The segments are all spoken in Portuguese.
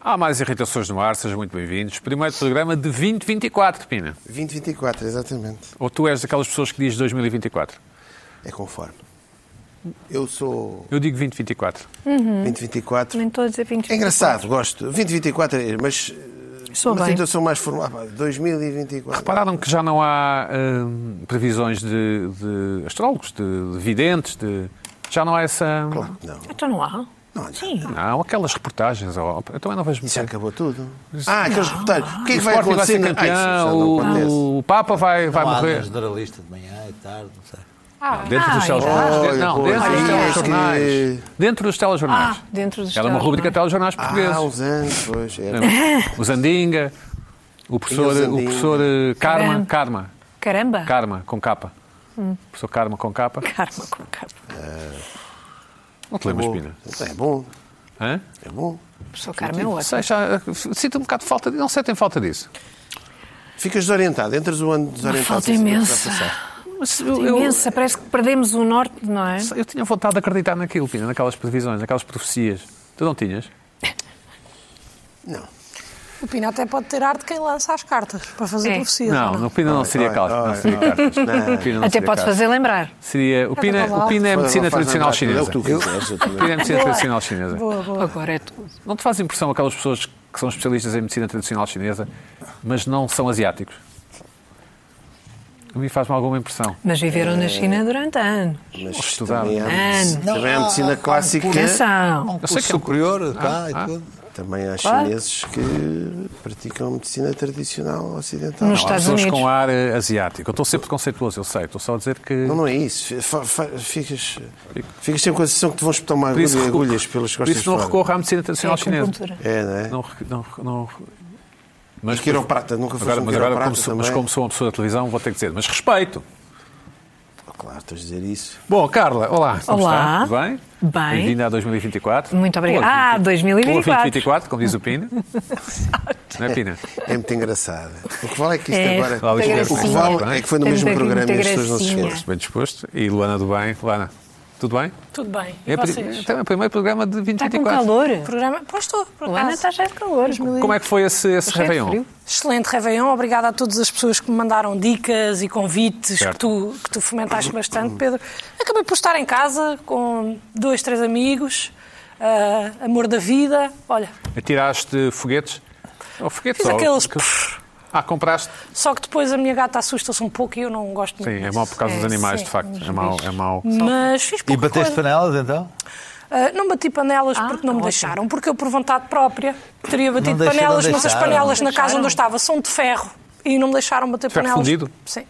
Há mais irritações no ar, sejam muito bem-vindos. Primeiro programa de 2024, Pina. 2024, exatamente. Ou tu és daquelas pessoas que diz 2024? É conforme. Eu sou Eu digo 2024. 2024. Nem todos a 20. É engraçado, gosto. 2024, é, mas. eh, Sou uma bem. então- situação mais formal. Ah, pá, 2024. Repararam que já não há hum, previsões de, de astrólogos, de, de videntes, de... já não há essa... Claro que não. Então não há? Não, não. Sim. Não, aquelas reportagens. ó, Eu também não vejo muito. Isso já acabou tudo. Ah, aqueles retalhos. O que é que O Sporting vai vai acontecer ser na- Ah, isso já campeão, não acontece. o, o Papa vai, vai Não há morrer. na generalista de manhã e tarde, não sei. Dentro dos Ah, telejornais. já. Dentro- Não, Olha, dentro dos pois é, telejornais. que- Dentro dos telejornais. Ah, dentro dos Ela é uma telejornais. rubrica de telejornais Ah, portugueses. uns anos, pois. É. O Zandinga, o professor, Zandinga. o professor eh, Karma, Caramba. Karma, Caramba. Karma, com capa. Hum. Professor Karma com capa. Karma com karma. Não te lembras, Pina? É bom, Hã? é bom. Sou karma é outro. Sei, já, sinto um bocado de falta, de- não sentem falta disso. Ficas desorientado, entras o ano desorientado. falta sem saber o que vai imensa. passar. Mas eu, eu, Imensa, parece que perdemos o norte, não é? eu tinha vontade de acreditar naquilo, Pina, naquelas previsões, naquelas profecias. Tu não tinhas? Não. O Pina até pode ter ar de quem lança as cartas para fazer É. profecias. Não, ou o Pina não seria ai, cartas. Não ai, seria ai. cartas. Não. O Pina não Até seria pode cartas. fazer lembrar. Seria, o, Pina, lá. o Pina é Não medicina faz tradicional nada, É o chinesa. que tu quiseres. eu também. Pina é medicina tradicional chinesa. Agora é tudo. Não te faz impressão aquelas pessoas que são especialistas em medicina tradicional chinesa, mas não são asiáticos? A mim faz-me alguma impressão. Mas viveram É. na China durante anos. Mas estudar. também há, Ano. também há medicina clássica. É? Atenção. Um sei curso que- superior cá e tudo. Também há Claro. chineses que praticam medicina tradicional ocidental. Nos Há Estados pessoas Unidos. com ar eh, asiático. Eu estou a ser preconceituoso, eu sei. Estou só a dizer que. Não, não é isso. Fa- fa- Ficas, ficas sempre com a sensação que te vão espetar uma agulha, recor- agulhas pelas por costas. isso não fora. recorro à medicina tradicional É chinesa. acupuntura. É, não é? Não, rec- não, não- Mas quiroprata, nunca foste agora, um mas, agora quiroprata como sou, mas também? como sou uma pessoa da televisão, vou ter que dizer. Mas respeito. Claro, estás a dizer isso. Bom, Carla, olá. Como Olá. está? Tudo bem? Bem. Bem-vinda a 2024. Muito obrigada. Boa Ah, 2024. Boa 2024, como diz o Pina. não é, Pina? É muito engraçado. O que vale é que isto É, agora. Fala isto O que mesmo. vale é que foi no Tem mesmo muita- programa e as muita pessoas não se gracinha. esquecem. Bem disposto. E Luana do Bem. Luana, tudo bem? Tudo bem. E É, pri- vocês? então é o primeiro programa de Está Tá com 2024. calor? Programa... Pois estou, por Luana tá- acaso. está cheia de calor. Como é que foi esse, esse Cheia de Réveillon? frio. Excelente Réveillon. Obrigada a todas as pessoas que me mandaram dicas e convites Certo. que tu, que tu fomentaste bastante, Pedro. Acabei por estar em casa com dois, três amigos. ah, amor da vida. Olha, Atiraste foguetes? Ou foguetes? Fiz ou- aqueles- Ah, compraste? só que depois a minha gata assusta-se um pouco e eu não gosto muito Sim, é disso. mau por causa dos É, animais, sim, de facto. É mau, é mau. Mas fiz E pouca bateste coisa. panelas então? Uh, não bati panelas Ah, porque não me ótimo. deixaram, porque eu, por vontade própria, teria batido deixa- não panelas, mas as deixaram. panelas na Não casa onde eu deixaram. estava são de ferro e não me deixaram bater Ferro panelas. fundido? Sim, E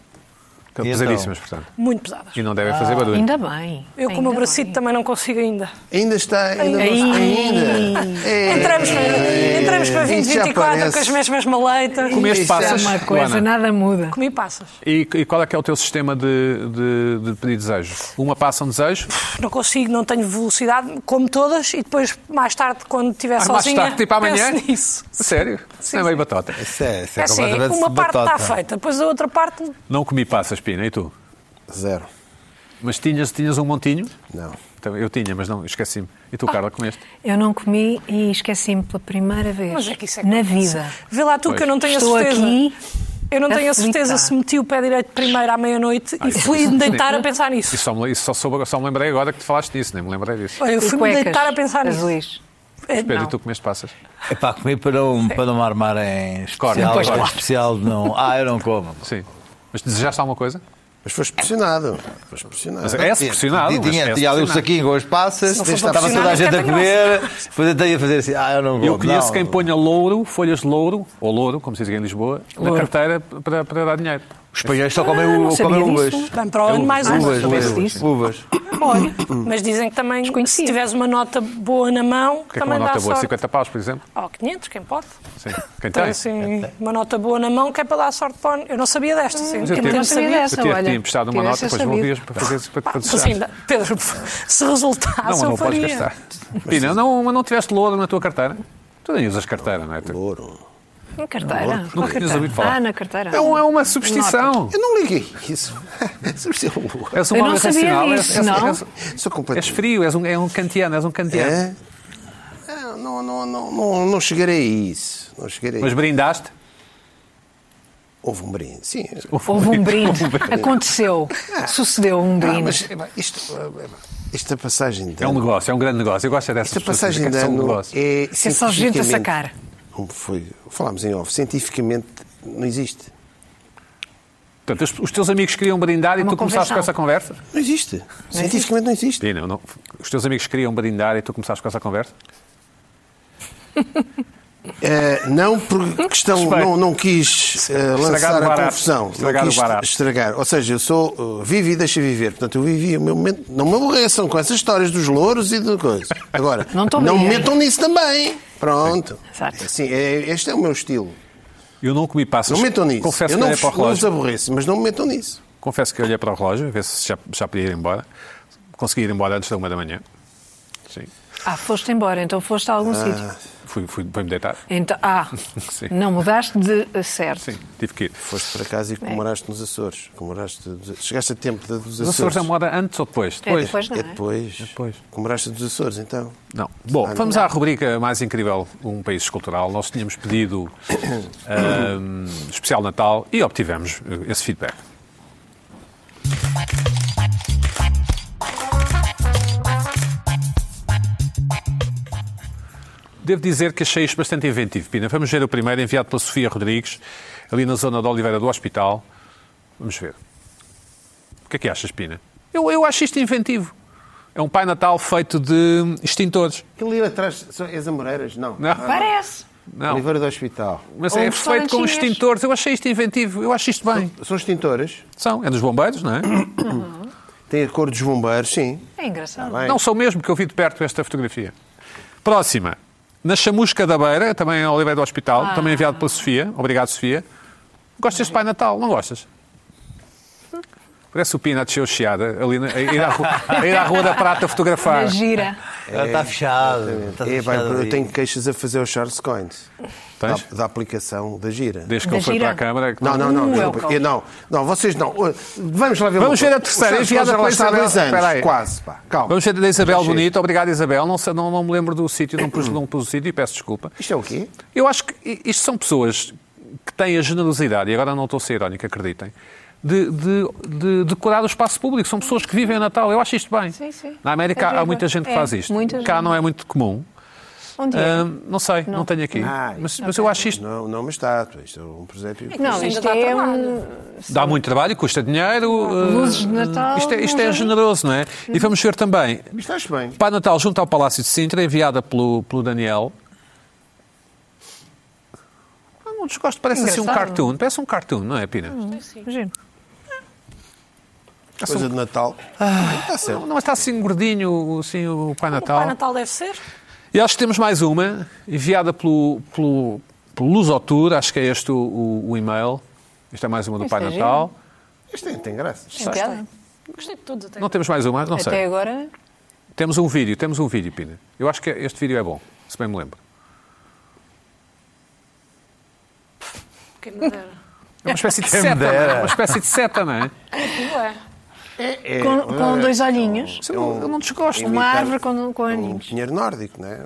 então? Pesadíssimas, portanto. muito pesadas. E não devem fazer barulho. Ah. Ainda bem. Eu, com o meu Ainda bracito, bem. também não consigo ainda. Ainda está. Ainda. não está, ainda. É, Entramos para, entramos para Isso já 2024 com as parece. mesmas maleitas. Comeste Isso é passas? Uma coisa, Luana? nada muda. Comi passas. E, e qual é que é o teu sistema de, de, de pedir desejo? Uma passa um desejo? Não consigo, não tenho velocidade, como todas, e depois, mais tarde, quando estiver Ah, mais sozinha, tarde, tipo amanhã? penso nisso. Sério? Isso Sim, não é meio sim. batota. Isso é, isso É assim, uma parte está feita, depois a outra parte Não comi passas, Pina, e tu? Zero. Mas tinhas, tinhas um montinho? Não. Então, Eu tinha, mas não, esqueci-me. E Ah, tu, Carla, comeste? Eu não comi e esqueci-me pela primeira vez Mas é que isso é que na acontece. vida. Vê lá tu que eu não tenho Estou a certeza. aqui eu não tenho a aflita. certeza se meti o pé direito primeiro à meia-noite Ah, e isso- fui isso- me deitar sim. a pensar Isso nisso. só me, isso só, soube- só me lembrei agora que te falaste disso, nem me lembrei disso. Olha, eu e fui me cuecas deitar a pensar nisso. azuis. É, Pedro, não. e tu comeste passas? É pá, comi para um, para um armar em especial. Pois, agora claro. especial não. Ah, eu não como. Sim. Mas desejaste alguma coisa? Mas foste pressionado. Foste pressionado. Mas é és pressionado. E mas tinha, és tinha ali um pressionado. saquinho com as passas, fosse estava toda a pressionado, gente a até comer, depois eu ia fazer assim, ah, eu não como. Eu conheço Não. quem ponha louro, folhas de louro, ou louro, como se diz aqui em Lisboa, na Louro. carteira para, para dar dinheiro. é Os espanhóis só comem, u- não sabia comem uvas. disso. Bem, para onde mais um. Uvas, uvas, disso. uvas. Olha, Hum. Mas dizem que também, Desconhecia. se tiveres uma nota boa na mão, O que é que é também uma dá nota boa? sorte. 50 paus, por exemplo? Oh, 500, quem pode? Sim. Quem tem? Então, é. assim, uma nota boa na mão que é para dar sorte para o ano. Eu não sabia desta, assim, Hum. Mas eu também tive- não sabia sabia. dessa. Eu tinha, olha. tinha emprestado uma nota, Tivesse depois não sabido. vias para fazer para, para Mas ainda, desejar. Pedro, se resultasse, Não, mas não eu podes faria. Um gastar. Pina, não, mas não tiveste louro na tua carteira? Tu nem usas carteira, não é? Tu- Ouro. Na carteira. Nunca tinhas ouvido falar. Ah, na carteira. É, um- é uma superstição. Eu não liguei isso. Substituiu o louro. És um Eu não homem sabia racional. és- disso, és- não. és- Sou És completamente. frio, és um, é um kantiano, és um kantiano. É? É, Não, não, não, não, não, não chegarei a isso. Não chegarei a Mas isso. brindaste? Houve um brinde, sim. Houve um brinde. Aconteceu. Sucedeu um Ah, brinde. mas epá, isto, epá, esta passagem de É um ano, negócio, é um grande negócio. Eu gosto é dessas Então. esta pessoas que passagem de são um ano negócio. é, Isso é só gente a cientificamente- sacar. Como foi, falámos em off, cientificamente não existe. Portanto, os- os teus amigos queriam brindar e É uma tu começaste com convenção. essa conversa? Não existe. cientificamente não existe. Sim, não, não. Os teus amigos queriam brindar e tu começaste com essa conversa? Eh, não por questão, Respeito. não, não quis eh, lançar o a barato. confusão. Estragar não o quis barato. estragar. Ou seja, eu sou eh, vivi e deixa viver. Portanto, eu vivi o meu momento. Não me aborreçam com essas histórias dos louros e de coisa. Agora, Não tô me brigando. metam nisso também. Pronto. Exato. Assim, é- este é o meu estilo. Eu não comi passas. Não me metam nisso. Confesso eu que é não, olhei vos- para o não vos relógio. aborreço, mas não me metam nisso. Confesso que olhei para o relógio, a ver se já, já podia ir embora. Consegui ir embora antes da uma da manhã. Sim. Ah, foste embora, então foste a algum sítio. Fui, fui, fui-me deitar. Então, ah, Sim. não mudaste de certo. Sim, tive que ir. Foste para casa e comemoraste nos Açores. Comemoraste, chegaste a tempo da- dos Os Açores Açores. é moda antes ou depois? É Depois. depois, não É é? depois. Depois. Comemoraste dos Açores, então. Não. Bom, Ah, vamos à rubrica mais incrível, um país cultural. Nós tínhamos pedido ahm, especial Natal e obtivemos eh, esse feedback. Devo dizer que achei isto bastante inventivo, Pina. Vamos ver o primeiro, enviado pela Sofia Rodrigues, ali na zona de Oliveira do Hospital. Vamos ver. O que é que achas, Pina? Eu, eu acho isto inventivo. É um Pai Natal feito de extintores. Aquilo ali atrás são- é as Amoreiras? Não. Não. Parece. Não, Oliveira do Hospital. mas Ou é um feito com restaurante chinês. extintores. Eu achei isto inventivo. Eu acho isto bem. São extintores? São. É dos bombeiros, não é? Tem a cor dos bombeiros, sim. É engraçado. Bem, Não sou mesmo que eu vi de perto esta fotografia. Próxima. Na Chamusca da Beira, também em Oliveira do Hospital, Ah. também enviado pela Sofia. Obrigado, Sofia. Gostas de Pai Natal? Não gostas? Parece o Pina a descer o Chiada, ali na, a, ir à rua, a ir à Rua da Prata fotografar. Na gira. Ela está fechada. Está é, vai, fechada eu ali. tenho queixas a fazer aos Charles Coins. Da, Tens? da aplicação da gira. Desde que ele Da foi para gira? a Câmara. que Não, não, Uh, não. é o desculpa. caldo. Eu não, não, vocês não. Uh, Vamos lá ver Vamos uma ver a terceira, é coisa. O Charles enviada Coins já lá pela está há dois Isabel. Espera anos, aí. quase. Pá. Calma. Vamos ver da Isabel Já chega. Bonito. Obrigado, Isabel. Não, sei- não, não me lembro do sítio, não pus, não pus o sítio e peço desculpa. Isto é o quê? Eu acho que i- isto são pessoas que têm a generosidade, e agora não estou a ser irónico, acreditem, de, de- de decorar o espaço público. São pessoas que vivem o Natal. Eu acho isto bem. Sim, sim. Na América É há giro. muita gente que É, faz isto. muita Cá gente. não é muito comum. Onde é? Ahm, não sei, não, tenho aqui. Ai. Mas, mas eu acho isto. Não, não é uma estátua. Isto é um presépio. não, Isto ainda isto dá é trabalho. um... Dá muito trabalho, custa dinheiro. Luzes de ah, Natal, Isto é, isto é não- Uhum. generoso, não é? E vamos ver também Mas estás bem. Pai Natal junto ao Palácio de Sintra, enviada pelo, pelo Daniel. Ah, Não desgosto, parece assim um Engraçado. Hum. cartoon. Parece um cartoon, não é, Pina? Giro. Coisa de Natal. Está certo. Não, não está assim gordinho assim, o Pai O Natal. Pai Natal deve ser. E acho que temos mais uma, enviada pelo, pelo, pelo Lusotur, acho que é este o, o- o e-mail. Isto é mais uma do Pai é giro. Natal. Isto tem, tem graça. Tem piada. Gostei de todos até. Não temos mais uma, não Até sei. agora, Temos um vídeo, temos um vídeo, Pina. Eu acho que este vídeo é bom, se bem me lembro. Quem me dera. É uma espécie de Quem me seta, não é? dera. uma espécie de seta, não é? É, com, olha, com dois olhinhos, Eu não, eu não desgosto. imitar uma árvore com, com Um olhinhos. pinheiro nórdico, não é?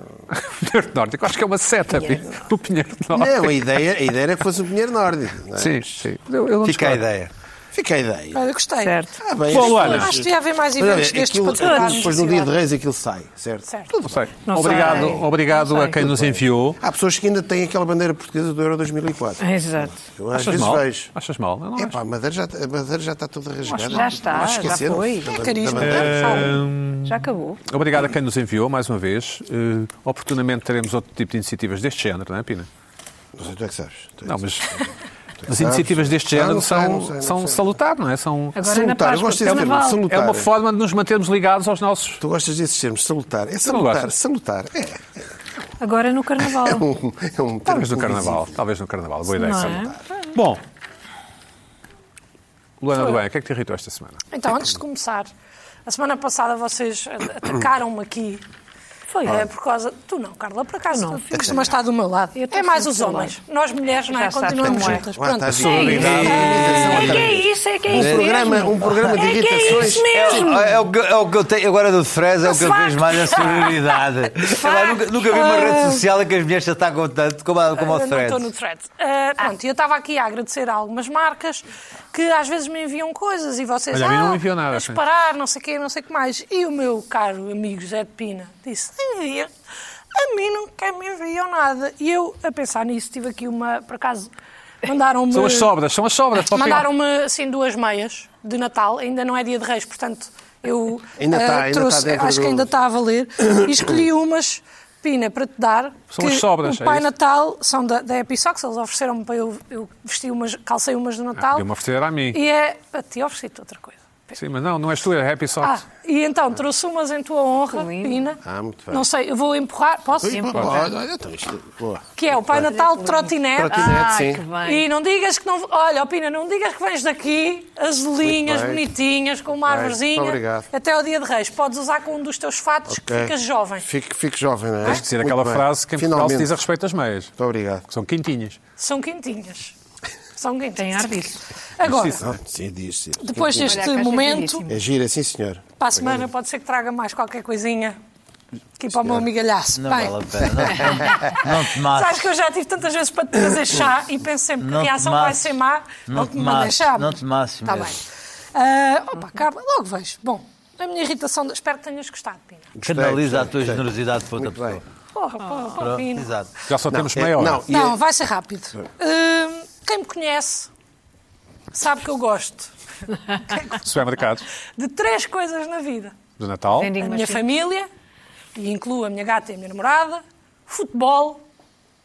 Pinheiro Nórdico, acho que é uma seta, Pina. o Pinheiro Nórdico. Não, a ideia, a ideia era que fosse um pinheiro nórdico. Não é? Sim, sim. Eu, eu não Fica a discordo. ideia. Fica a ideia. Olha, gostei. Certo. Ah, bem, Bom, isto- Luana. Acho que devia haver mais Mas, olha, eventos destes aquilo- para divulgar. Depois no dia de reis aquilo sai, certo? Certo. Não sei. Não sei. obrigado Não sei. obrigado a quem nos enviou. Há pessoas que ainda têm aquela bandeira portuguesa do Euro 2004. Exato. Eu às Achas vezes mal? vejo. Achas mal? Eu não É acho. pá, a madeira já, a madeira já está toda rasgada. já está, Mas já esqueceram foi. da- É da carisma. bandeira. Já acabou. Obrigado a quem nos enviou, mais uma vez. Eh, oportunamente teremos outro tipo de iniciativas deste género, não é, Pina? Não sei, tu é que sabes. Tu é que Não, sabes. mas as iniciativas deste género não sei, são, não sei, não são sei. salutar, não é? São, Agora na Salutar, eu Páscoa, gosto desse termo. Carnaval. é Salutar. uma forma de nos mantermos ligados aos nossos. Tu gostas desses termos, salutar. É não salutar, gosto. salutar. É, Agora no Carnaval. é um, é um termo Talvez no Carnaval. convicente. Talvez no Carnaval. Boa ideia. Não é? salutar. Bom. Luana do Bem, o que é que te irritou esta semana? Então, antes de começar, a semana passada vocês atacaram-me aqui Foi. É por causa. Tu não, Carla, por acaso. Não, Tu costumas estar do meu lado. Eu estou É mais sempre os do homens. Nós mulheres, não Já é? sabe Continuamos como é. juntas. Lá Pronto. está a É vida. que é isso, é que é isso Um programa, mesmo. um programa de É que é irritações. isso mesmo. É, o que, é o que eu tenho agora do Fres, é o que eu Facto. Ah. vejo mais a sororidade. Epá, nunca, nunca vi uma rede social em que as mulheres se atacam tanto como, a- como Eu ao não Fres. estou no thread. Ah, pronto, eu estava aqui a agradecer a algumas marcas que às vezes me enviam coisas e vocês. Olha, a mim não "Ah, me enviou nada, Mas sim." parar, não sei o quê, não sei o que mais. E o meu caro amigo José de Pina disse: "Envia." a mim nunca me enviam nada. E eu, a pensar nisso, tive aqui uma. Por acaso, mandaram-me. Eh, São as sobras, são as sobras. para o final. Mandaram-me assim duas meias de Natal, ainda não é dia de reis, portanto eu Ainda eh, está, ainda está trouxe, dentro acho que do- ainda está a valer, e escolhi umas, Pina, para te dar. São que as sobras, O é Pai isso? Natal são da, da Episox, eles ofereceram-me para eu, eu vestir umas, calcei umas de um Ah, Natal. Ah, Deu-me a oferecer a mim. E é. A ti ofereci-te outra coisa. Sim, mas não, não és tu, é Happy Ah, Socks. e então trouxe umas em tua honra, Que lindo. Pina. Ah, muito bem. Não sei, eu vou empurrar, posso? Olha, olha, então isto. Boa. Que é o Pai Natal de trotinete. Trotinete, Ai, sim. Ah, que bem. E não digas que não. Olha, Opina, não digas que vens daqui azulinhas, Muito bem. bonitinhas, com uma Bem, árvorezinha. muito obrigado. Até ao dia de reis. Podes usar com um dos teus fatos que Ok. ficas jovem. Fico, fico jovem, não é? Tens de dizer Muito aquela bem. frase que em Portugal se Finalmente. diz a respeito das meias, Muito obrigado. que são quentinhas. São quentinhas. São quentinhas. Tem ar disso. Agora, Ah, sim, diz, sim. depois Olha, a deste caixa é momento, lindíssima. É gira, sim, senhor. para a semana pode ser que traga mais qualquer coisinha aqui para o meu amigalhaço. Não Bem, vale a pena. Não, não te Sabes mates. que eu já tive tantas vezes para te trazer chá e penso sempre que Não a te reação vai mates. ser má. Não Não te que me mandem mates, chá. não te mates Está mesmo. bem. Ah, opa, Carla, logo vejo. Bom, a minha irritação. de- Espero que tenhas gostado, Pina. Canaliza a tua generosidade para outra Muito bem. pessoa. Porra, porra, porra, Ah, Pronto, Pina. Exato. Já só temos é- meia hora. não, e Não, é- vai ser rápido. Hum, quem me conhece sabe que eu gosto Supermercados, de três coisas na vida: do Natal, Entendi. a Mas minha sim. família, e incluo a minha gata e a minha namorada, futebol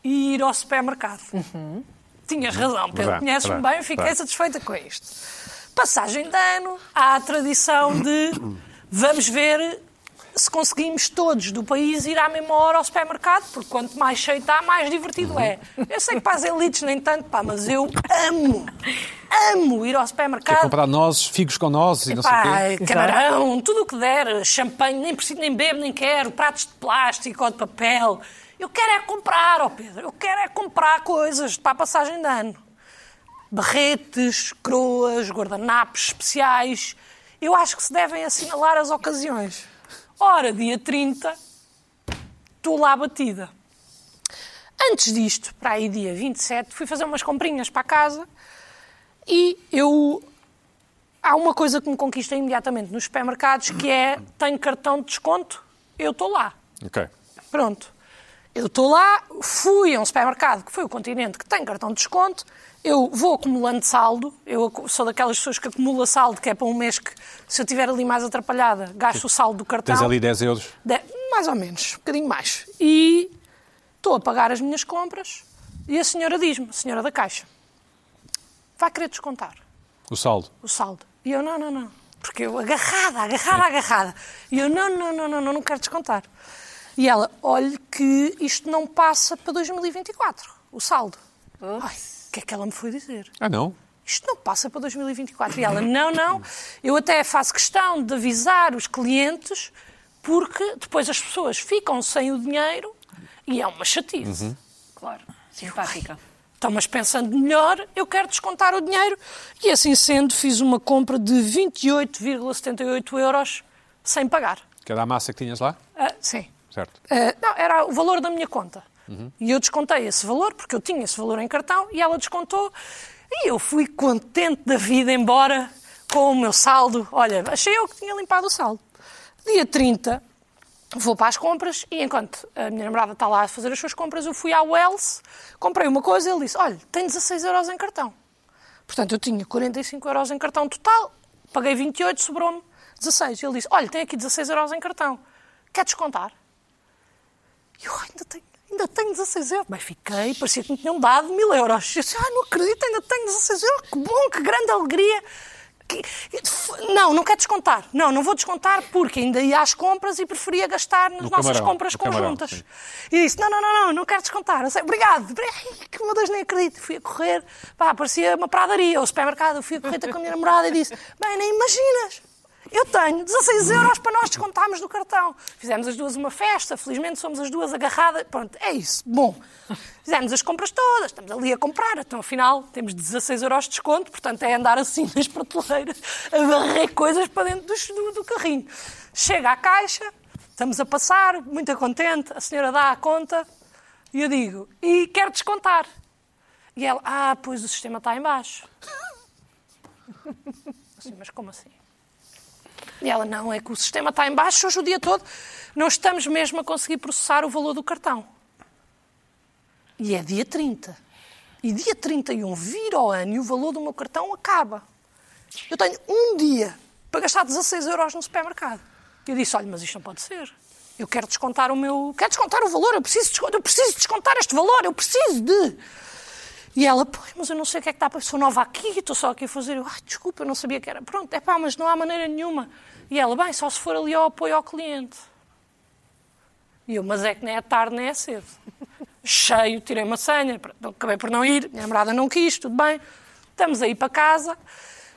e ir ao supermercado. Uhum. Tinhas razão, Pedro. Verdade, Conheces-me verdade, bem, fiquei verdade. satisfeita com isto. Passagem de ano, há a tradição de vamos ver se conseguimos todos do país ir à mesma hora ao supermercado, porque quanto mais cheio está, mais Uhum. divertido é. Eu sei que para as elites nem tanto, pá, mas eu amo, amo ir ao quer supermercado. comprar nozes, figos com nozes e não sei o Pá, quê. camarão, tudo o que der, champanhe, nem preciso, nem bebo, nem quero, pratos de plástico ou de papel. Eu quero é comprar, ó Pedro, eu quero é comprar coisas para a passagem de ano. Barretes, croas, guardanapos especiais. Eu acho que se devem assinalar as ocasiões. Ora, dia 30, estou lá batida. Antes disto, para aí dia 27, fui fazer umas comprinhas para casa e eu há uma coisa que me conquista imediatamente nos supermercados que é tenho cartão de desconto, eu estou lá. Ok. Pronto. Eu estou lá, fui a um supermercado que foi o continente que tem cartão de desconto, eu vou acumulando saldo, eu acu- sou daquelas pessoas que acumula saldo, que é para um mês que, se eu estiver ali mais atrapalhada, gasto o saldo do cartão. Tens ali 10 euros. De- mais ou menos, um bocadinho mais. E estou a pagar as minhas compras e a senhora diz-me, a senhora da caixa, vai querer descontar O saldo. o saldo. E eu, não, não, não. Porque eu, agarrada, agarrada, agarrada. E eu, não, não, não, não, não, não quero descontar. E ela, olhe que isto não passa para 2024, o saldo. Ai, o que é que ela me foi dizer? Ah, não? isto não passa para 2024. E ela, não, não, eu até faço questão de avisar os clientes, porque depois as pessoas ficam sem o dinheiro e é uma chatice. Claro, simpática. Então, mas pensando melhor, eu quero descontar o dinheiro. E assim sendo, fiz uma compra de 28,78 euros sem pagar. Que era a massa que tinhas lá? Ah, sim. Certo. Ah, não, era o valor da minha conta. E eu descontei esse valor, porque eu tinha esse valor em cartão, e ela descontou. E eu fui contente da vida embora com o meu saldo. Olha, achei eu que tinha limpado o saldo. Dia 30, vou para as compras e enquanto a minha namorada está lá a fazer as suas compras, eu fui à Wells, comprei uma coisa e ele disse, olha, tem 16 euros em cartão. Portanto, eu tinha 45 euros em cartão total, paguei 28, sobrou-me 16. Ele disse, olha, tem aqui 16 euros em cartão, quer descontar? E eu ainda tenho, ainda tenho 16 euros. Mas fiquei, parecia que me tinham dado mil euros. Eu disse, ah, não acredito, ainda tenho 16 euros. Que bom, que grande alegria. Que- Não, não quero descontar. Não, não vou descontar porque ainda ia às compras e preferia gastar nas No nossas camarão, compras no camarão, conjuntas. sim. e disse, não, não, não, não, não quero descontar. Eu sei, obrigado. Ai, Que meu Deus, nem acredito. Fui a correr, pá, parecia uma pradaria ou supermercado. Eu Fui a correr ter com a minha namorada e disse, bem, nem imaginas. Eu tenho 16 euros para nós descontarmos do cartão. Fizemos as duas uma festa, felizmente somos as duas agarradas. Pronto, é isso. Bom, fizemos as compras todas, estamos ali a comprar, então afinal temos 16 euros de desconto, portanto é andar assim nas prateleiras a barrer coisas para dentro dos- do, do carrinho. Chega à caixa, estamos a passar, muito contente, a senhora dá a conta e eu digo, e quero descontar. E ela, ah, pois o sistema está em baixo. Assim, mas como assim? E ela, não, é que o sistema está em baixo hoje o dia todo, não estamos mesmo a conseguir processar o valor do cartão. E é dia 30. E dia 31 vira o ano e o valor do meu cartão acaba. Eu tenho um dia para gastar 16 euros no supermercado. E eu disse, olha, mas isto não pode ser. Eu quero descontar o meu... Quero descontar o valor, eu preciso, desco- eu preciso descontar este valor, eu preciso de... E ela, pois, mas eu não sei o que é que está para. Sou nova aqui, estou só aqui a fazer. Eu, ai, desculpa, eu não sabia que era. Pronto, é pá, mas não há maneira nenhuma. E ela, bem, só se for ali ao apoio ao cliente. E eu, mas é que nem é tarde nem é cedo. Cheio, tirei uma senha, pronto, acabei por não ir, minha namorada não quis, tudo bem. Estamos aí para casa.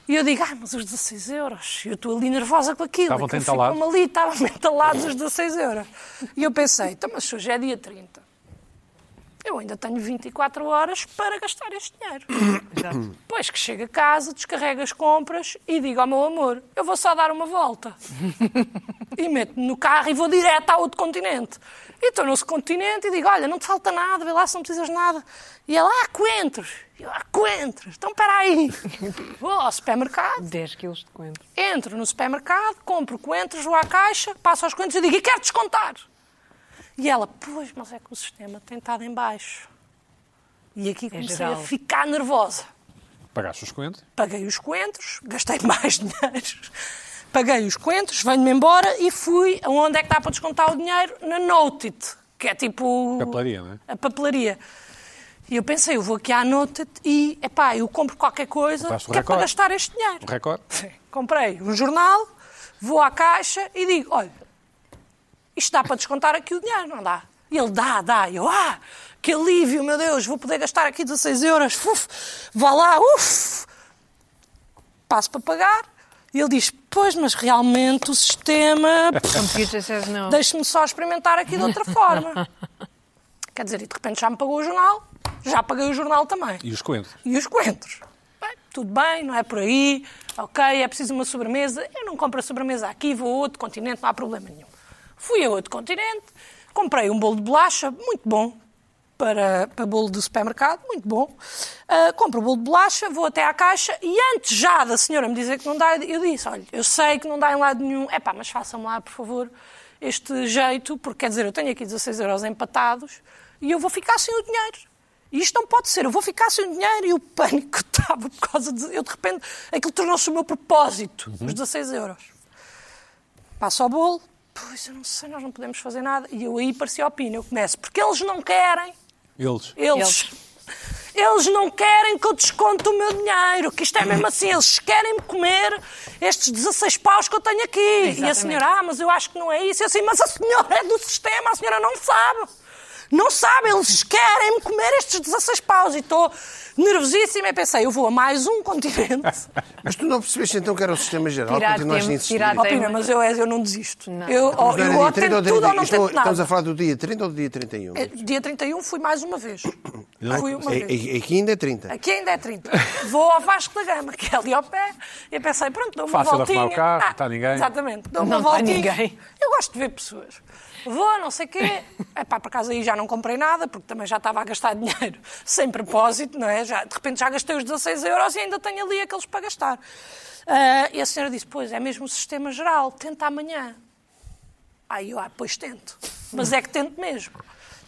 E eu digo, ai, mas os 16 euros. Eu estou ali nervosa com aquilo. é Estavam-te aquilo entalados. ficou-me ali, estavam entalados os 16 euros. E eu pensei, então, mas hoje é dia 30. Eu ainda tenho 24 horas para gastar este dinheiro. Depois que chego a casa, descarrego as compras e digo ao meu amor, eu vou só dar uma volta. e meto-me no carro e vou direto ao outro continente. E estou no outro continente e digo, olha, não te falta nada, vê lá se não precisas de nada. E ela, ah, coentros. E eu, ah, coentros. Então, espera aí. Vou ao supermercado, 10 quilos de coentro. entro no supermercado, compro coentros, vou à caixa, passo aos coentros e digo, e quero descontar. E ela, pois, mas é que o sistema tem estado em baixo. E aqui comecei a geral. ficar nervosa. Pagaste os coentros? Paguei os coentros, gastei mais dinheiro. Paguei os coentros, venho-me embora e fui aonde é que dá para descontar o dinheiro? Na Notit, que é tipo... Papelaria, não é? A papelaria. E eu pensei, eu vou aqui à Notit e, epá, eu compro qualquer coisa Compraste o que é para Record. gastar este dinheiro. O recorde? Sim. Comprei um jornal, vou à caixa e digo: olha, isto dá para descontar aqui o dinheiro, não dá? E ele dá, dá. E eu, ah, que alívio, meu Deus, vou poder gastar aqui 16 euros, uf, vá lá, uf. Passo para pagar. E ele diz: pois, mas realmente o sistema. Não podias dizer não. Deixe-me só experimentar aqui de outra forma. Quer dizer, e de repente já me pagou o jornal, já paguei o jornal também E os coentros? e os coentros. Bem, tudo bem, não é por aí, ok, é preciso uma sobremesa. Eu não compro a sobremesa aqui, vou a outro continente, não há problema nenhum. Fui a outro continente, comprei um bolo de bolacha, muito bom, para, para bolo do supermercado, muito bom. Ah, compro o bolo de bolacha, vou até à caixa e antes já da senhora me dizer que não dá, eu disse, olha, eu sei que não dá em lado nenhum, é pá, mas façam me lá, por favor, este jeito, porque quer dizer, eu tenho aqui 16 euros empatados e eu vou ficar sem o dinheiro. E isto não pode ser, eu vou ficar sem dinheiro e o pânico estava por causa de. Eu de repente, aquilo tornou-se o meu propósito, os 16 euros. Passo ao bolo, pois eu não sei, nós não podemos fazer nada. E eu aí parecia ao pino, eu começo, porque eles não querem, Eles. eles. Eles não querem que eu desconte o meu dinheiro, que isto é mesmo assim, eles querem-me comer estes 16 paus que eu tenho aqui. E a Exatamente. senhora, ah, mas eu acho que não é isso. E eu assim, mas a senhora é do sistema, a senhora não sabe. Não sabe, eles querem-me comer estes 16 paus. E estou nervosíssima e pensei, eu vou a mais um continente. Mas tu não percebeste então que era o sistema geral? Tirar Continuaste a tempo, insistir. tirar Ó, Tem- Pina, mas eu, eu não desisto. Não. Eu, ó, Mas não era eu dia um, ou 30 ou tento dia tudo ou 31? não Estou- tento é, Estamos a nada. falar do dia 30 ou do dia 31? Eh, Dia 31 fui mais uma vez. Fui uma É- vez. é- Aqui ainda é 30. Aqui ainda é 30. Vou ao Vasco da Gama, que é ali ao pé, e pensei, pronto, dou uma Fácil de voltinha. Ah, arrumar o carro, não está ninguém. Exatamente, dou uma Não está voltinha. ninguém. Eu gosto de ver pessoas. Vou, não sei o quê. Epá, por acaso aí já não comprei nada, porque também já estava a gastar dinheiro sem propósito, não é? Já, de repente já gastei os 16 euros e ainda tenho ali aqueles para gastar. Ah, e a senhora disse, pois, é mesmo o sistema geral, tenta amanhã. Aí eu, ah, pois tento. Mas é que tento mesmo.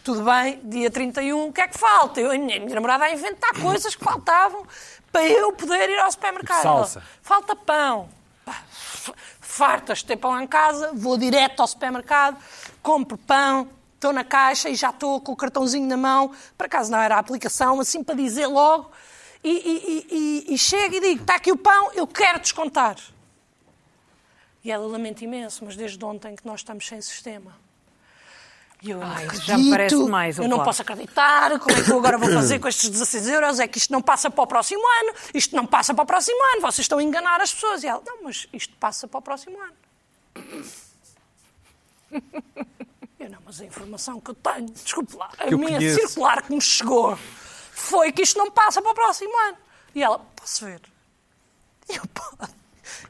Tudo bem, dia 31, o que é que falta? Eu, a minha, a minha namorada a inventar coisas que faltavam para eu poder ir ao supermercado. Salsa. Ela, Falta pão. Pá, f- Fartas de ter pão em casa, vou direto ao supermercado, compro pão, estou na caixa e já estou com o cartãozinho na mão, por acaso não era a aplicação, assim para dizer logo, e, e, e, e- e chego e digo, está aqui o pão, eu quero descontar. E ela lamenta imenso, mas desde ontem que nós estamos sem sistema. E eu, Ai, não já me parece Dito. mais um Eu não plot. posso acreditar, como é que eu agora vou fazer com estes 16 euros? É que isto não passa para o próximo ano, isto não passa para o próximo ano, vocês estão a enganar as pessoas. E ela, não, mas isto passa para o próximo ano. Eu não, mas a informação que eu tenho, desculpe lá, a eu minha conheço. circular que me chegou foi que isto não passa para o próximo ano. E ela, posso ver? E eu, pode.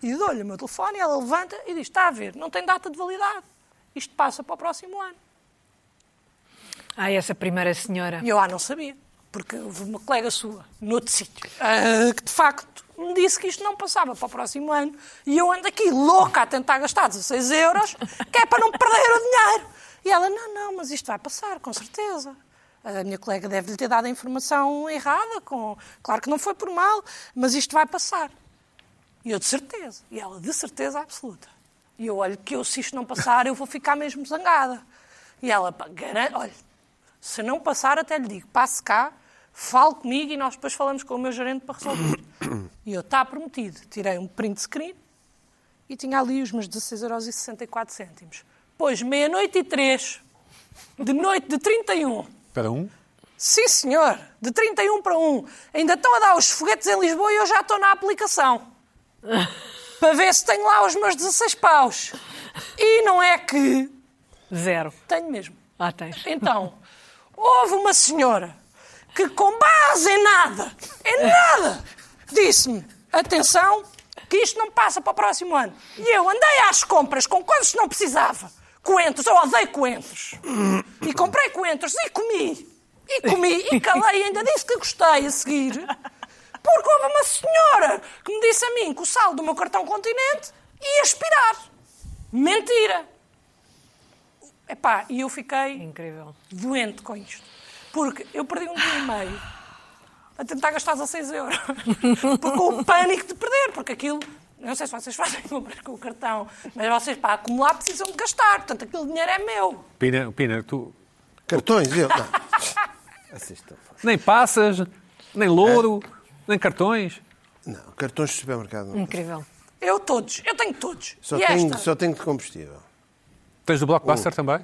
E dou-lhe o meu telefone, ela levanta e diz, está a ver, não tem data de validade. Isto passa para o próximo ano. Ah, essa primeira senhora. E eu, ah, não sabia, porque houve uma colega sua, noutro sítio, ah, que de facto me disse que isto não passava para o próximo ano. E eu ando aqui louca a tentar gastar 16 euros, que é para não perder o dinheiro. E ela, não, não, mas isto vai passar, com certeza. A minha colega deve-lhe ter dado a informação errada, com... claro que não foi por mal, mas isto vai passar. E eu, de certeza. E ela, de certeza absoluta. E eu, olho que eu, se isto não passar, eu vou ficar mesmo zangada. E ela, pá, garan- olha, se não passar, até lhe digo, passe cá, fale comigo e nós depois falamos com o meu gerente para resolver. E eu, está prometido. Tirei um print screen e tinha ali os meus 16,64€. Pois, meia-noite e três, de noite de 31, Para um. Sim, senhor. De 31 para 1. Ainda estão a dar os foguetes em Lisboa e eu já estou na aplicação. para ver se tenho lá os meus 16 paus. E não é que Zero. tenho mesmo. Lá tens. Então, houve uma senhora que, com base em nada, em nada, disse-me: atenção, que isto não passa para o próximo ano. E eu andei às compras com coisas que não precisava. Coentros, eu odeio coentros. E comprei coentros e comi. E comi, e calei, e ainda disse que gostei a seguir. Porque houve uma senhora que me disse a mim que o sal do meu cartão continente ia expirar. Mentira! Epá, e eu fiquei Incrível. doente com isto. Porque eu perdi um dia e meio a tentar gastar 16 euros. Porque o pânico de perder, porque aquilo. Não sei se vocês fazem compras com o cartão, mas vocês, para acumular, precisam de gastar. Portanto, aquele dinheiro é meu. Pina, Pina, tu Cartões, eu. Não. Assistam. nem passas, nem louro, É. nem cartões. Não, cartões de supermercado. Não. Incrível. Eu todos. Eu tenho todos. Só, Hum. e tenho, esta? só tenho de combustível. Tens do Blockbuster também?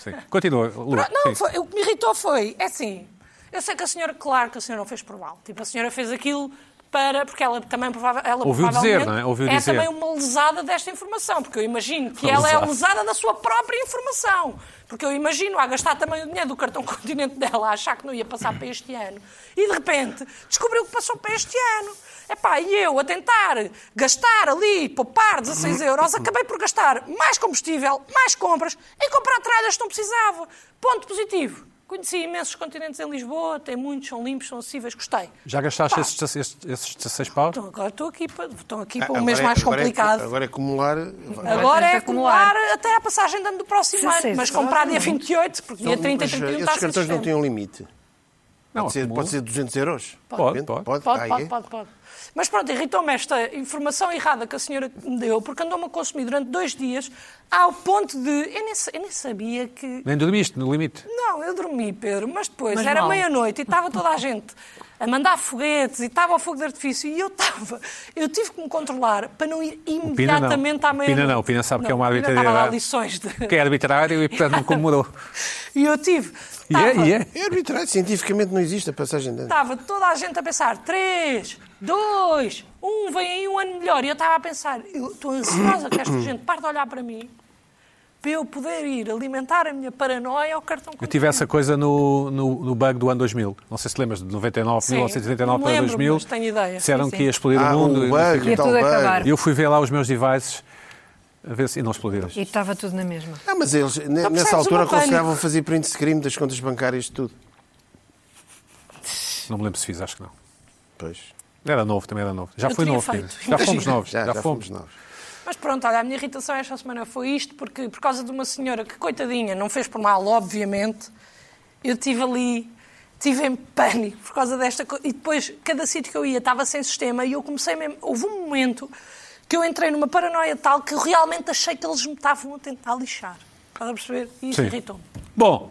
Sim. Continua, um Lu. Pro- Não, Sim. foi- o que me irritou foi, é assim, eu sei que a senhora, claro que a senhora não fez por mal. Tipo, a senhora fez aquilo para, porque ela também provável, ela Ouviu dizer, provavelmente não é? Ouviu é dizer. também uma lesada desta informação, porque eu imagino que ela é Lesada. lesada da sua própria informação. Porque eu imagino a gastar também o dinheiro do cartão continente dela, a achar que não ia passar para este ano. E de repente descobriu que passou para este ano. Epá, e eu a tentar gastar ali, poupar 16 euros, acabei por gastar mais combustível, mais compras e comprar tralhas que não precisava. Ponto positivo. Conheci imensos continentes em Lisboa, tem muitos, são limpos, são acessíveis, gostei. Já gastaste Pá. esses, esses, esses 16 paus? Então agora estou aqui para, estou aqui para Agora um mês é- mais agora é- complicado. Agora é acumular. Agora tens é de acumular. acumular até à passagem de ano do próximo ano, 16, mas comprar dia claro. 28, porque dia 30 e Então, Mas, 31 está Esses sem cartões não sistema. têm um limite. Não, pode, ser, acumula. pode ser 200 euros? Pode, Depende, pode. Ah, Pode, é? pode, pode, pode. Mas pronto, irritou-me esta informação errada que a senhora me deu, porque andou-me a consumir durante dois dias ao ponto de. Eu nem, sa- eu nem sabia que. Nem dormiste, no limite. Não, eu dormi, Pedro, mas depois Mas era mal. meia-noite e estava toda a gente a mandar foguetes e estava o fogo de artifício e eu estava. Eu tive que me controlar para não ir Pina não. imediatamente à meia-noite. Pina não, Pina sabe que é uma Pina arbitrariedade. estava a dar lições de. Que é arbitrário e, portanto, não comemorou. E eu tive. E é, e estava- é. É arbitrário, cientificamente não existe a passagem de ano. Estava toda a gente a pensar: 3, 2, 1, vem aí um ano melhor. E eu estava a pensar: eu estou ansiosa que esta gente parte a olhar para mim para eu poder ir alimentar a minha paranoia ao cartão Eu tive essa coisa no, no, no bug do ano 2000. Não sei se lembras, de 99, Sim, 1999 não para lembro, 2000. mas tenho ideia. Disseram Sim, sim. que ia explodir Ah, o mundo. o e não sei o bug quê. e Ia tal tudo bug. acabar. E eu fui ver lá os meus devices a ver se. E não explodiram. E estava tudo na mesma. Ah, mas eles, ne- percebes nessa altura, o meu pânico? aconselhavam fazer print screen das contas bancárias de tudo. Não me lembro se fiz, acho que não. Pois. Era novo, também era novo. Já Eu foi tinha novo, feito. Pina. Já fomos novos. Já, já, fomos fomos nós. Mas pronto, olha, a minha irritação esta semana foi isto, porque por causa de uma senhora que, coitadinha, não fez por mal, obviamente, eu estive ali, estive em pânico por causa desta coisa. E depois, cada sítio que eu ia estava sem sistema e eu comecei mesmo. Houve um momento que eu entrei numa paranoia tal que eu realmente achei que eles me estavam a tentar lixar. Estás a perceber? E isso Sim. irritou-me. Bom,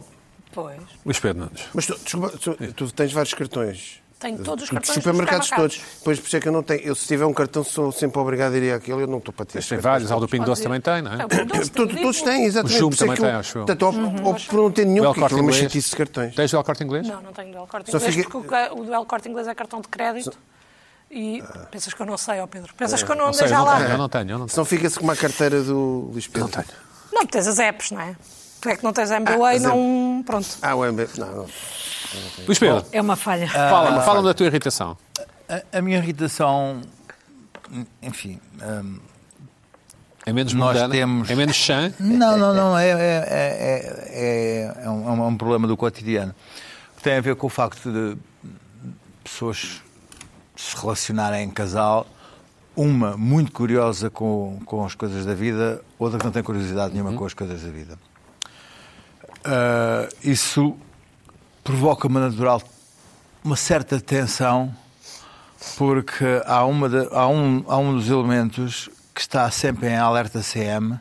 Pois. Luís Pedro Nunes. Mas tu, desculpa, tu, tu tens vários cartões. Tenho todos os cartões. dos Supermercados todos. Pois, por isso é que eu não tenho. Eu, se tiver um cartão, sou sempre obrigado a ir àquele. Eu não estou para ter. Tem esse vários, ao do Pingo Doce também tem, não é? É, o Pingo Doce tem o Todos, todos Lidl. têm, exatamente. O Jumbo Por isso é que também eu- tem, acho eu. Portanto, opto- opto por não ter nenhum, Belo porque aquilo é uma Corte Inglês. chatice de cartões. Tens o Alcorte Inglês? Não, não tenho dual card Só inglês, fica- porque o ca- o dual card inglês é cartão de crédito. E pensas que eu não sei, ó Pedro. Pensas que eu não Não sei, andei eu já não lá. tenho, eu não tenho. Eu não tenho. Senão fica-se como a carteira do Luís Pedro. Não tenho. Não, porque tens as apps, não é? Tu é que não tens a MBA e mas é- não. Pronto. Ah, o MB. Não, não. Luís Pedro, É uma falha. Ah, fala-me fala-me da tua irritação. A, a minha irritação, enfim, hum, É menos Nós mundana, temos- é menos chã. Não, não, não. É, é, é, é, é um, é um- é um problema do cotidiano. Tem a ver com o facto de pessoas se relacionarem em casal, uma muito curiosa com, com as coisas da vida, outra que não tem curiosidade nenhuma com as coisas da vida. Ah, isso provoca uma natural uma certa tensão porque há, uma da- há um, há um dos elementos que está sempre em alerta CM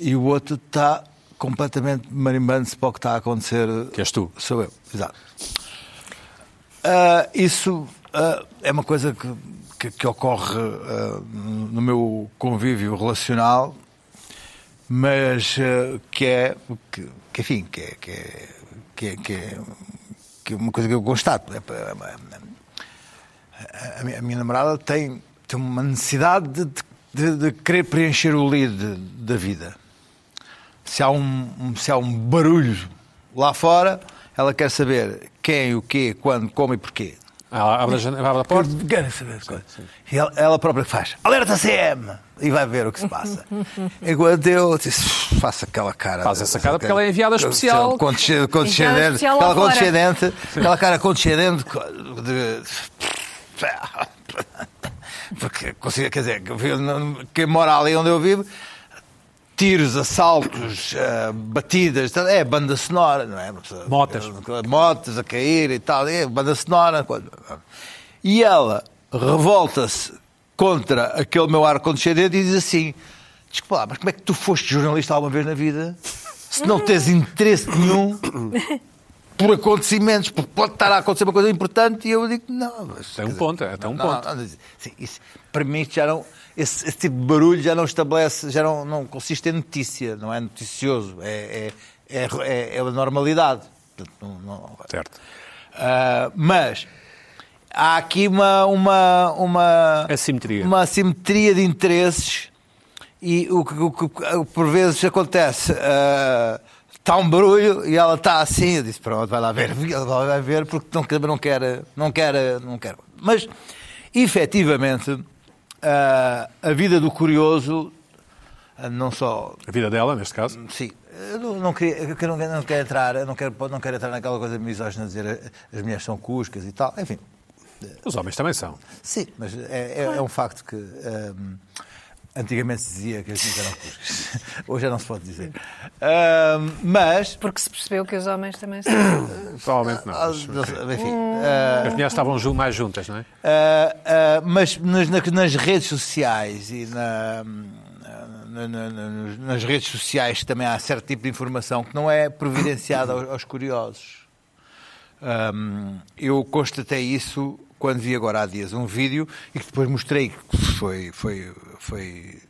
e o outro está completamente marimbando-se para o que está a acontecer. Que és tu. Sou eu, exato. Ah, isso ah, é uma coisa que, que, que ocorre ah, no meu convívio relacional, mas ah, que é, que, que, enfim, que é, que, é, que, é, que, é, que é uma coisa que eu constato. É pa- é uma- a- a minha, a minha namorada tem, tem uma necessidade de, de- de querer preencher o lead da vida. Se há um, um- se há um barulho lá fora, ela quer saber quem, o quê, quando, como e porquê. Ah, abre, a jane- abre a porta. Quero saber as coisas. E ela, ela própria faz, alerta CM! E vai ver o que se passa. Enquanto eu disse, faço aquela cara. Faz essa cara, porque ela é enviada especial. Condescendente, condescendente, especial lá fora. aquela, condescendente aquela cara condescendente. De... Porque, consigo- quer dizer, que eu- não- quem mora ali onde eu vivo, tiros, assaltos, eh, batidas, tal, é banda sonora, não é? Uma pessoa- Motas. motas a cair e tal, é, banda sonora. coisa. E ela revolta-se contra aquele meu ar condescendente e diz assim: Desculpa lá, mas como é que tu foste jornalista alguma vez na vida se não tens interesse nenhum por acontecimentos, porque pode estar a acontecer uma coisa importante e eu digo: Não, mas. Tem um quer dizer, ponto, é, tem um não, não, ponto. não, sim, isso, para mim, isto já não, esse, esse tipo de barulho já não estabelece, já não, não consiste em notícia, não é noticioso, é, é, é, é, é a normalidade. Portanto, não- não- Certo. Ah, mas há aqui uma, uma, uma Assimetria. uma assimetria de interesses e o que, o que- o que por vezes acontece. ah, Está um barulho e ela está assim. Eu disse: Pronto, vai lá ver. Ela vai lá ver porque não, quer- não quer. Não quer. Não quer. Mas, efetivamente, ah, a vida do curioso, ah, não só A vida dela, neste caso. Sim, eu não, não queria, eu não, quero- não quero entrar, eu não quero, não quero entrar naquela coisa misógina de dizer eh, as mulheres são cuscas e tal, enfim, Os homens também são. sim, mas é, é- é um facto que hum, antigamente se dizia que as mulheres eram cuscas, hoje já não se pode dizer. Hum, mas, Porque se percebeu que os homens também são. Provavelmente não. mas- enfim, ah, As mulheres estavam ju- mais juntas, não é? Ah, ah, mas nas, na- nas redes sociais e na- na- na- na- nos- nas redes sociais também há certo tipo de informação que não é providenciada aos, aos curiosos. Ahm, eu constatei isso quando vi agora há dias um vídeo e que depois mostrei que foi, foi, foi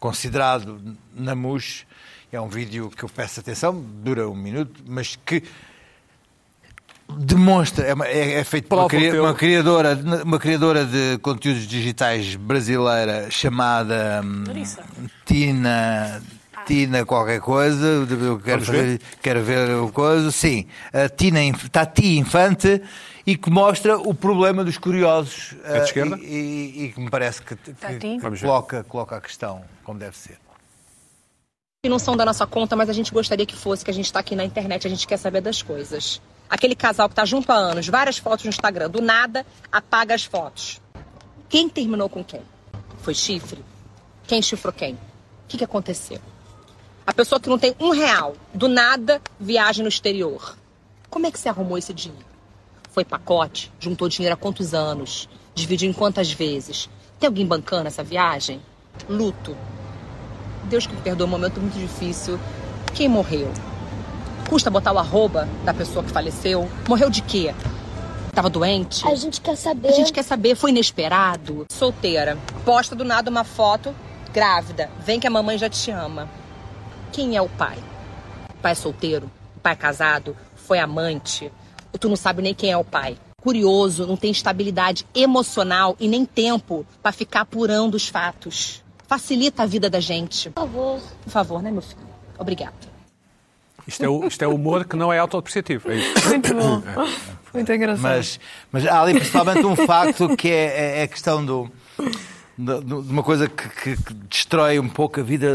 considerado na MUS. É um vídeo que eu peço atenção, dura um minuto, mas que demonstra, é, uma- é- é feito por uma, Prova o cria- teu. uma criadora, uma criadora de conteúdos digitais brasileira chamada hum, Larissa. Tina. Tina qualquer coisa, eu quero, Vamos fazer- ver? quero ver o coisa, sim, a Tina, Inf- Tati Infante, e que mostra o problema dos curiosos. É de ah, esquerda? E, e- e que me parece que, que- Tati. que Vamos ver. coloca, coloca a questão como deve ser. E não são da nossa conta, mas a gente gostaria que fosse, que a gente está aqui na internet, a gente quer saber das coisas. Aquele casal que está junto há anos, várias fotos no Instagram, do nada, apaga as fotos. Quem terminou com quem? Foi chifre? Quem chifrou quem? O que, que aconteceu? A pessoa que não tem um real, do nada, viaja no exterior. Como é que se arrumou esse dinheiro? Foi pacote? Juntou dinheiro há quantos anos? Dividiu em quantas vezes? Tem alguém bancando essa viagem? Luto. Deus que me perdoa, um momento muito difícil. Quem morreu? Custa botar o arroba da pessoa que faleceu? Morreu de quê? tava doente? A gente quer saber. A gente quer saber, foi inesperado? Solteira. Posta do nada uma foto, grávida. Vem que a mamãe já te ama. Quem é o pai? O pai é solteiro? O pai é casado? Foi amante? Ou tu não sabe nem quem é o pai? Curioso, não tem estabilidade emocional e nem tempo pra ficar apurando os fatos. Facilita a vida da gente. Por favor. Por favor, né, meu filho? Obrigada. Isto é, o- isto é humor que não é autodepreciativo. É isso. Muito bom. Muito engraçado. Mas, mas há ali principalmente um facto que é, é a questão do, do- do- de uma coisa que, que- que destrói um pouco a vida,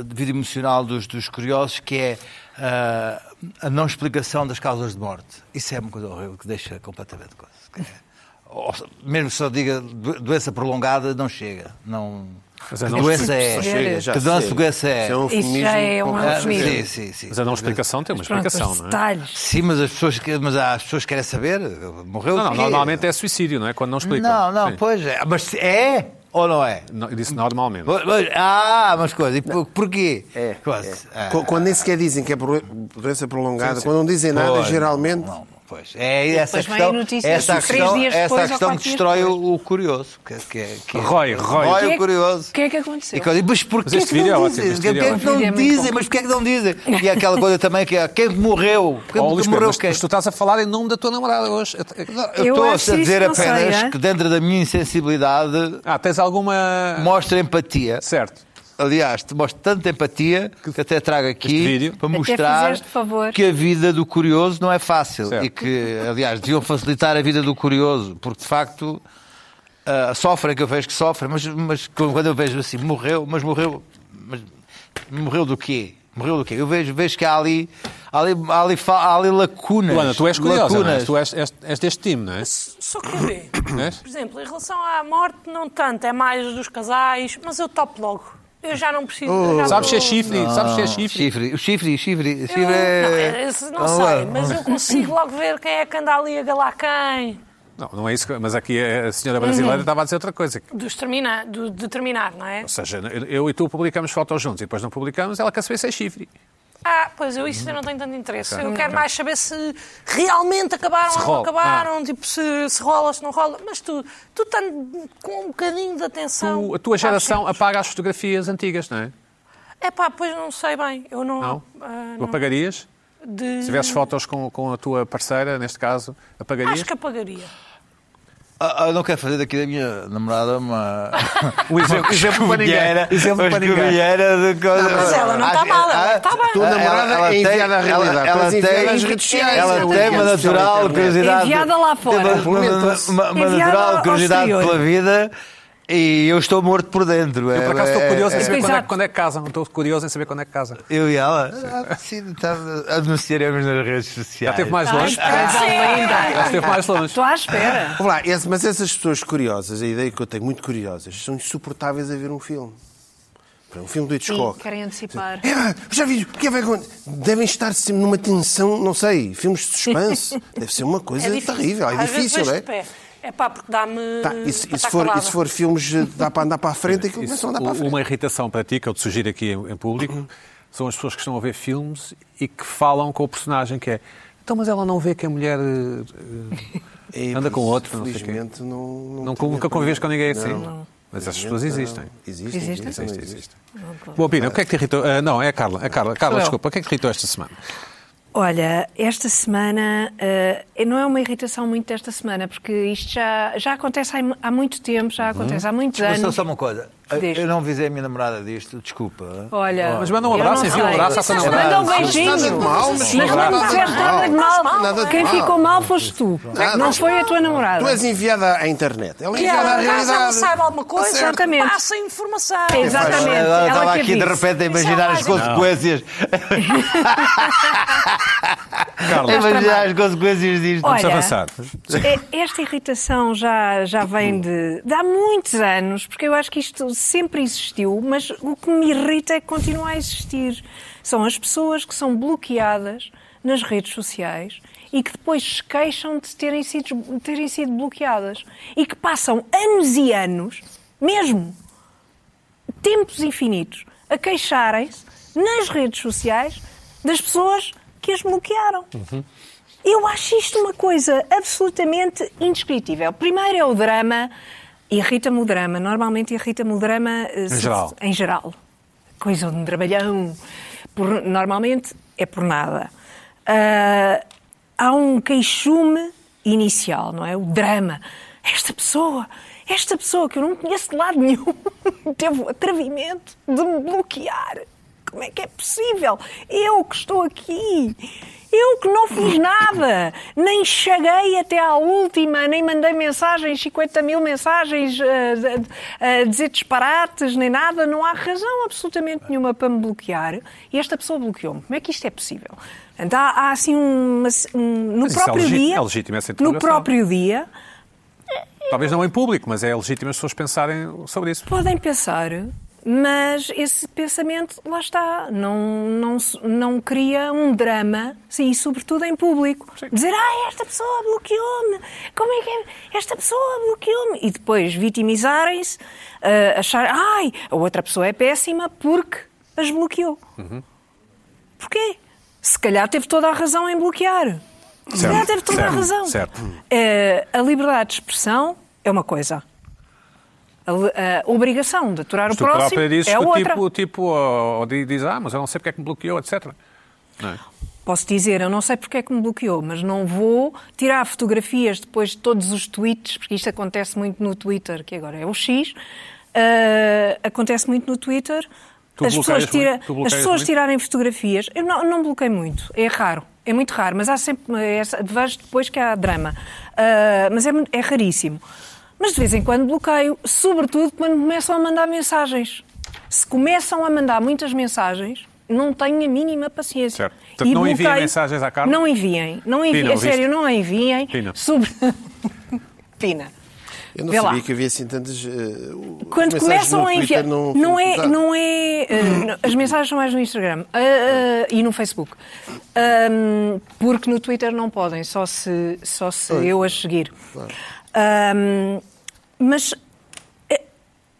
a vida emocional dos, dos curiosos, que é ah, a não explicação das causas de morte. Isso é uma coisa horrível que deixa completamente coisa. que é- ou se- mesmo que só diga do- doença prolongada, não chega. Não, Mas é que não doença explica- é? só chega, já que sei. doença é? Isso é um Isso já é um eufemismo. Ah, eufemismo. sim, sim, sim. Mas a não explicação tem uma Pronto, os explicação, não é? detalhes. Sim, mas as pessoas, que- mas as pessoas querem saber. Morreu Não, não, de quê? normalmente é suicídio, não é? Quando não explicam. Não, não, Sim. pois é. Mas se é ou não é? Não, Eu disse normalmente. Mas- mas- ah, mas coisa, e por- porquê? É, Coisa, ah, Qu- Quando nem sequer dizem que é pro- doença prolongada, quando não dizem nada, pois, geralmente. Não, não, pois. É essa a vem questão, a notícia essa a três questão, dias essa a depois ou questão quatro que dias destrói o, o curioso. Que, que, que, Rói, rói. Rói O que é o que- curioso. o que é que aconteceu? E coisa, mas porquê este que não vídeo é ótimo, dizem? este Porquê vídeo é que não ótimo. dizem? Mas porquê que não dizem? E há aquela coisa também que é quem morreu? Porquê Oh, que Luís Pedro, morreu mas, quem? mas tu estás a falar em nome da tua namorada hoje. Eu Eu estou a acho isso, dizer não sei, apenas é? que dentro da minha insensibilidade Ah, tens alguma. mostra empatia. Certo. Aliás, te mostro tanta empatia que até trago aqui Este vídeo. para Até mostrar fizeste favor. que a vida do curioso não é fácil Certo. e que, aliás, deviam facilitar a vida do curioso, porque de facto ah, sofrem, que eu vejo que sofrem, mas, mas quando eu vejo assim, morreu, mas morreu, mas morreu do quê? Morreu do quê? Eu vejo, vejo que há ali, há ali, há ali, fa- há ali lacunas. Luana, tu és curiosa, não lacunas. é? Tu és, és, és deste time, não é? Só que vê. És? Por exemplo, em relação à morte, não tanto, é mais dos casais, mas eu topo logo. Eu já não preciso. eu já Sabes se tô- é chifre, sabes se é chifre. Chifre, o chifre, chifre, Eu, não, chifre é... esse não sei, mas eu consigo logo ver quem é que anda ali a galar quem. Não, não é isso, que- mas aqui a a senhora brasileira estava a dizer outra coisa. Do, extermina- do determinar, não é? Ou seja, eu- eu e tu publicamos fotos juntos e depois não publicamos, ela quer saber se é chifre. Ah, pois eu isso eu não tenho tanto interesse. Eu quero mais saber se realmente acabaram Se ou não rola. acabaram, tipo, se, se rola, se não rola. Mas tu, tu tanto com um bocadinho de atenção. Tu- a tua sabes geração sempre. apaga as fotografias antigas, não é? É pá, pois não sei bem. Eu não. Não? ah, Tu apagarias? de- Se tivesses fotos com, com a tua parceira, neste caso, apagarias? Acho que apagaria. É Ah, ah, eu não quero fazer daqui da minha namorada uma... Um exemplo, exemplo para ninguém. Exemplo para ninguém. né? de coisa. mas ela não tá mal, ela tá bem. Tua namorada Ela- ela é tem- ah, enviada à realidade. ela- ela tem- ela Ela tem tem uma uma natural natural curiosidade. curiosidade- Enviada lá fora. Uma, uma- uma Enviada natural ao curiosidade exterior. pela vida e eu estou morto por dentro. Eu, É- por acaso, estou é- curioso em é- saber quando é, Exato. quando é que casam. Estou curioso em saber quando é que casam. Eu e ela. Ah, sim, tá- Anunciaremos nas redes sociais. Já esteve Tá mais longe. Já esteve mais longe. Estou à espera. Vamos lá, esse- mas essas pessoas curiosas, a ideia que eu tenho, muito curiosas, são insuportáveis a ver um filme. Um filme do Hitchcock. Querem antecipar. É, já vi, o que é que vai acontecer? Devem estar sempre numa tensão, não sei, filmes de suspense. Deve ser uma coisa terrível, é Às vezes difícil, vejo não é? de pé. É pá, porque dá-me. Tá, e se, e patada se for, e calada. se for filmes, eh, dá para andar para a frente, aquilo Isso, começa a andar para a u- frente. uma irritação para ti, que eu te sugiro aqui em, em público, são as pessoas que estão a ver filmes e que falam com o personagem que é então, mas ela não vê que a mulher eh, eh, É, anda com pois, outro, não sei o quê. Felizmente não. não Não, tenho nunca convives com ninguém assim. Não. Mas essas pessoas existem. Existem, Existem? Existe, existem. existe. Bom, Pina, o que é que te irritou? Ah, não, é a Carla. A Carla, Carla desculpa, o que é que te irritou esta semana? Olha, esta semana eh, não é uma irritação muito desta semana, porque isto já, já acontece há, há muito tempo, já acontece há muitos Mas só- anos. só uma coisa. Eu- Diz. Eu não avisei a minha namorada disto, desculpa. Olha, Mas manda um eu abraço, não enfia um sei. abraço à tua namorada. Manda um Não fizeste beijinho. nada de mal, mas mas sim, não nada de fizeste mal. nada de mal. Nada de Quem mal. ficou mal foste tu. Nada Não de foi a tua Tu namorada. és enviada à internet. Ela é Que enviada à ela, caso ela realidade. Tá saiba alguma coisa, Exatamente. passa informação. Exatamente. Ela ela estava que aqui de avise. repente a Isso é imaginar as lógico. consequências. Carla, vamos Imaginar as consequências disto. Olha, avançar. É, Esta irritação já, já vem de, de há muitos anos, porque eu acho que isto sempre existiu, mas o que me irrita é que continua a existir. São as pessoas que são bloqueadas nas redes sociais e que depois se queixam de terem sido, terem sido bloqueadas e que passam anos e anos, mesmo tempos infinitos, a queixarem-se nas redes sociais das pessoas que as bloquearam. Eu acho isto uma coisa absolutamente indescritível. Primeiro é o drama, irrita-me o drama, normalmente irrita-me o drama eh, se- geral. em geral. Coisa de um trabalhão, Por- normalmente é por nada. Ah, há um queixume inicial, não é? O drama. Esta pessoa, esta pessoa que eu não conheço de lado nenhum, teve o atrevimento de me bloquear. Como é que é possível? Eu que estou aqui, eu que não fiz nada, nem cheguei até à última, nem mandei mensagens, 50 mil mensagens eh, a dizer disparates, nem nada, não há razão absolutamente nenhuma para me bloquear. E esta pessoa bloqueou-me. Como é que isto é possível? Portanto, há, há assim um. um- no Mas isso é próprio legi- dia. é legítima essa No interrogação. próprio dia, Talvez não em público, mas é legítimo as pessoas pensarem sobre isso. Podem pensar, mas esse pensamento, lá está, não, não, se- não cria um drama, sim, e sobretudo em público. Dizer, ah, esta pessoa bloqueou-me, como é que é? Esta pessoa bloqueou-me. E depois vitimizarem-se, ah, achar, ai, a outra pessoa é péssima porque as bloqueou. Porquê? Se calhar teve toda a razão em bloquear. Se calhar Certo, teve toda certo, a razão. certo. Eh, a liberdade de expressão é uma coisa. A, li- a obrigação de aturar o Tu próximo própria dizes é que o outra. tipo, o tipo ó, ó, di- diz, ah, mas eu não sei porque é que me bloqueou, etc. Não é? Posso dizer, eu não sei porque é que me bloqueou, mas não vou tirar fotografias depois de todos os tweets, porque isto acontece muito no Twitter, que agora é o X. eh, acontece muito no Twitter. Tu as bloqueias pessoas, tira- muito? Tu as bloqueias pessoas muito? tirarem fotografias. Eu não, não bloqueio muito, é raro. É muito raro, mas há sempre. é- vejo depois que há drama. Ah, mas é, mu- é raríssimo. Mas de vez em quando bloqueio, sobretudo quando começam a mandar mensagens. Se começam a mandar muitas mensagens, não tenho a mínima paciência. Certo. Portanto, não enviem bloqueio- mensagens à Carla? Não enviem. Não enviem. Pina, a sério, ouviste? não enviem. Pina. Sobre... Pina. Eu não Vê lá. sabia que havia assim tantas. eh, o- as Quando mensagens começam no a Twitter enviar. Não, Não, é. Exato. Não é uh, não- as mensagens são mais no Instagram uh, uh, e no Facebook. Um, porque no Twitter não podem, só se, só se eu as seguir. Um, mas eh,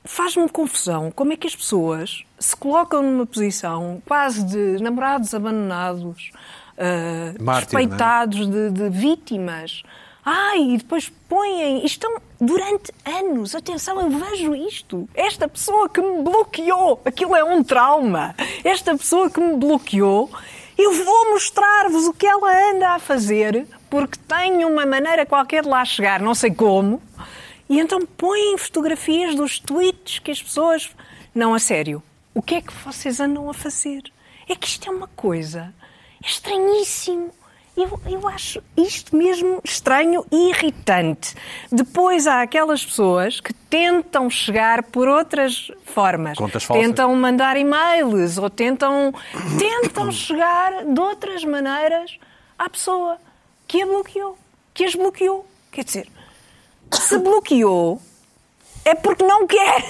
faz-me confusão como é que as pessoas se colocam numa posição quase de namorados abandonados, uh, Mártir, não é? despeitados dados de, de vítimas. Ai, e depois põem. Estão durante anos. Atenção, eu vejo isto. Esta pessoa que me bloqueou. Aquilo é um trauma. Esta pessoa que me bloqueou. Eu vou mostrar-vos o que ela anda a fazer, porque tem uma maneira qualquer de lá chegar, não sei como. E então põem fotografias dos tweets que as pessoas. Não, a sério. O que é que vocês andam a fazer? É que isto é uma coisa. É estranhíssimo. Eu, eu acho isto mesmo estranho e irritante. Depois há aquelas pessoas que tentam chegar por outras formas. Contas falsas. Tentam mandar e-mails ou tentam, tentam chegar de outras maneiras à pessoa que a bloqueou, que as bloqueou. Quer dizer, se bloqueou é porque não quer.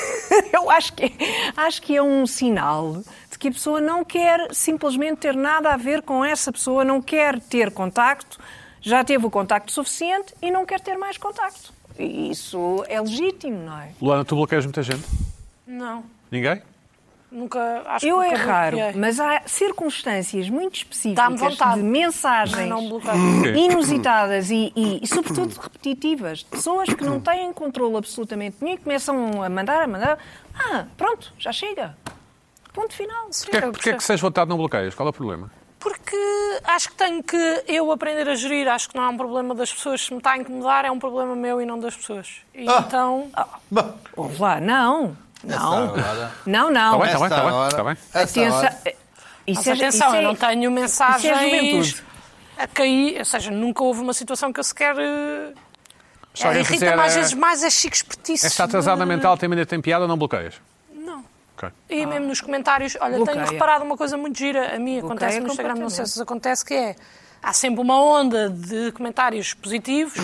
Eu acho que, acho que é um sinal de que a pessoa não quer simplesmente ter nada a ver com essa pessoa, não quer ter contacto, já teve o contacto suficiente e não quer ter mais contacto. E isso é legítimo, não é? Luana, tu bloqueias muita gente? Não, Ninguém? é nunca acho Eu que é nunca raro, bloqueei. mas há circunstâncias muito Dá-me específicas vontade. de mensagens Não bloqueio. inusitadas e, e- e, sobretudo, repetitivas. de Pessoas que não têm controle absolutamente nenhum e começam a mandar, a mandar. Ah, pronto, já chega. Ponto final. Porquê, é que- porquê é que seis votado não bloqueias? Qual é o problema? Porque acho que tenho que eu aprender a gerir. Acho que não é um problema das pessoas. Se me está a incomodar, é um problema meu e não das pessoas. E Ah. Então, Bom, Ouve lá, não. Não. hora. Não, Está não. bem, está Tá bem, esta está bem. hora- Está bem. esta Atenção. hora- Isso Mas é, atenção, isso é- eu não tenho mensagens juventude. a cair. Ou seja, nunca houve uma situação que eu sequer. eh, Se É, alguém irrita fizer, mais às eh, é vezes mais é a Chico Petiço. Esta atrasada mental tem ainda tem piada, não bloqueias? Não. Ok. E mesmo nos comentários, olha, Ah. Bloqueia. tenho reparado uma coisa muito gira, a mim acontece no Instagram, não sei se vos acontece, que é há sempre uma onda de comentários positivos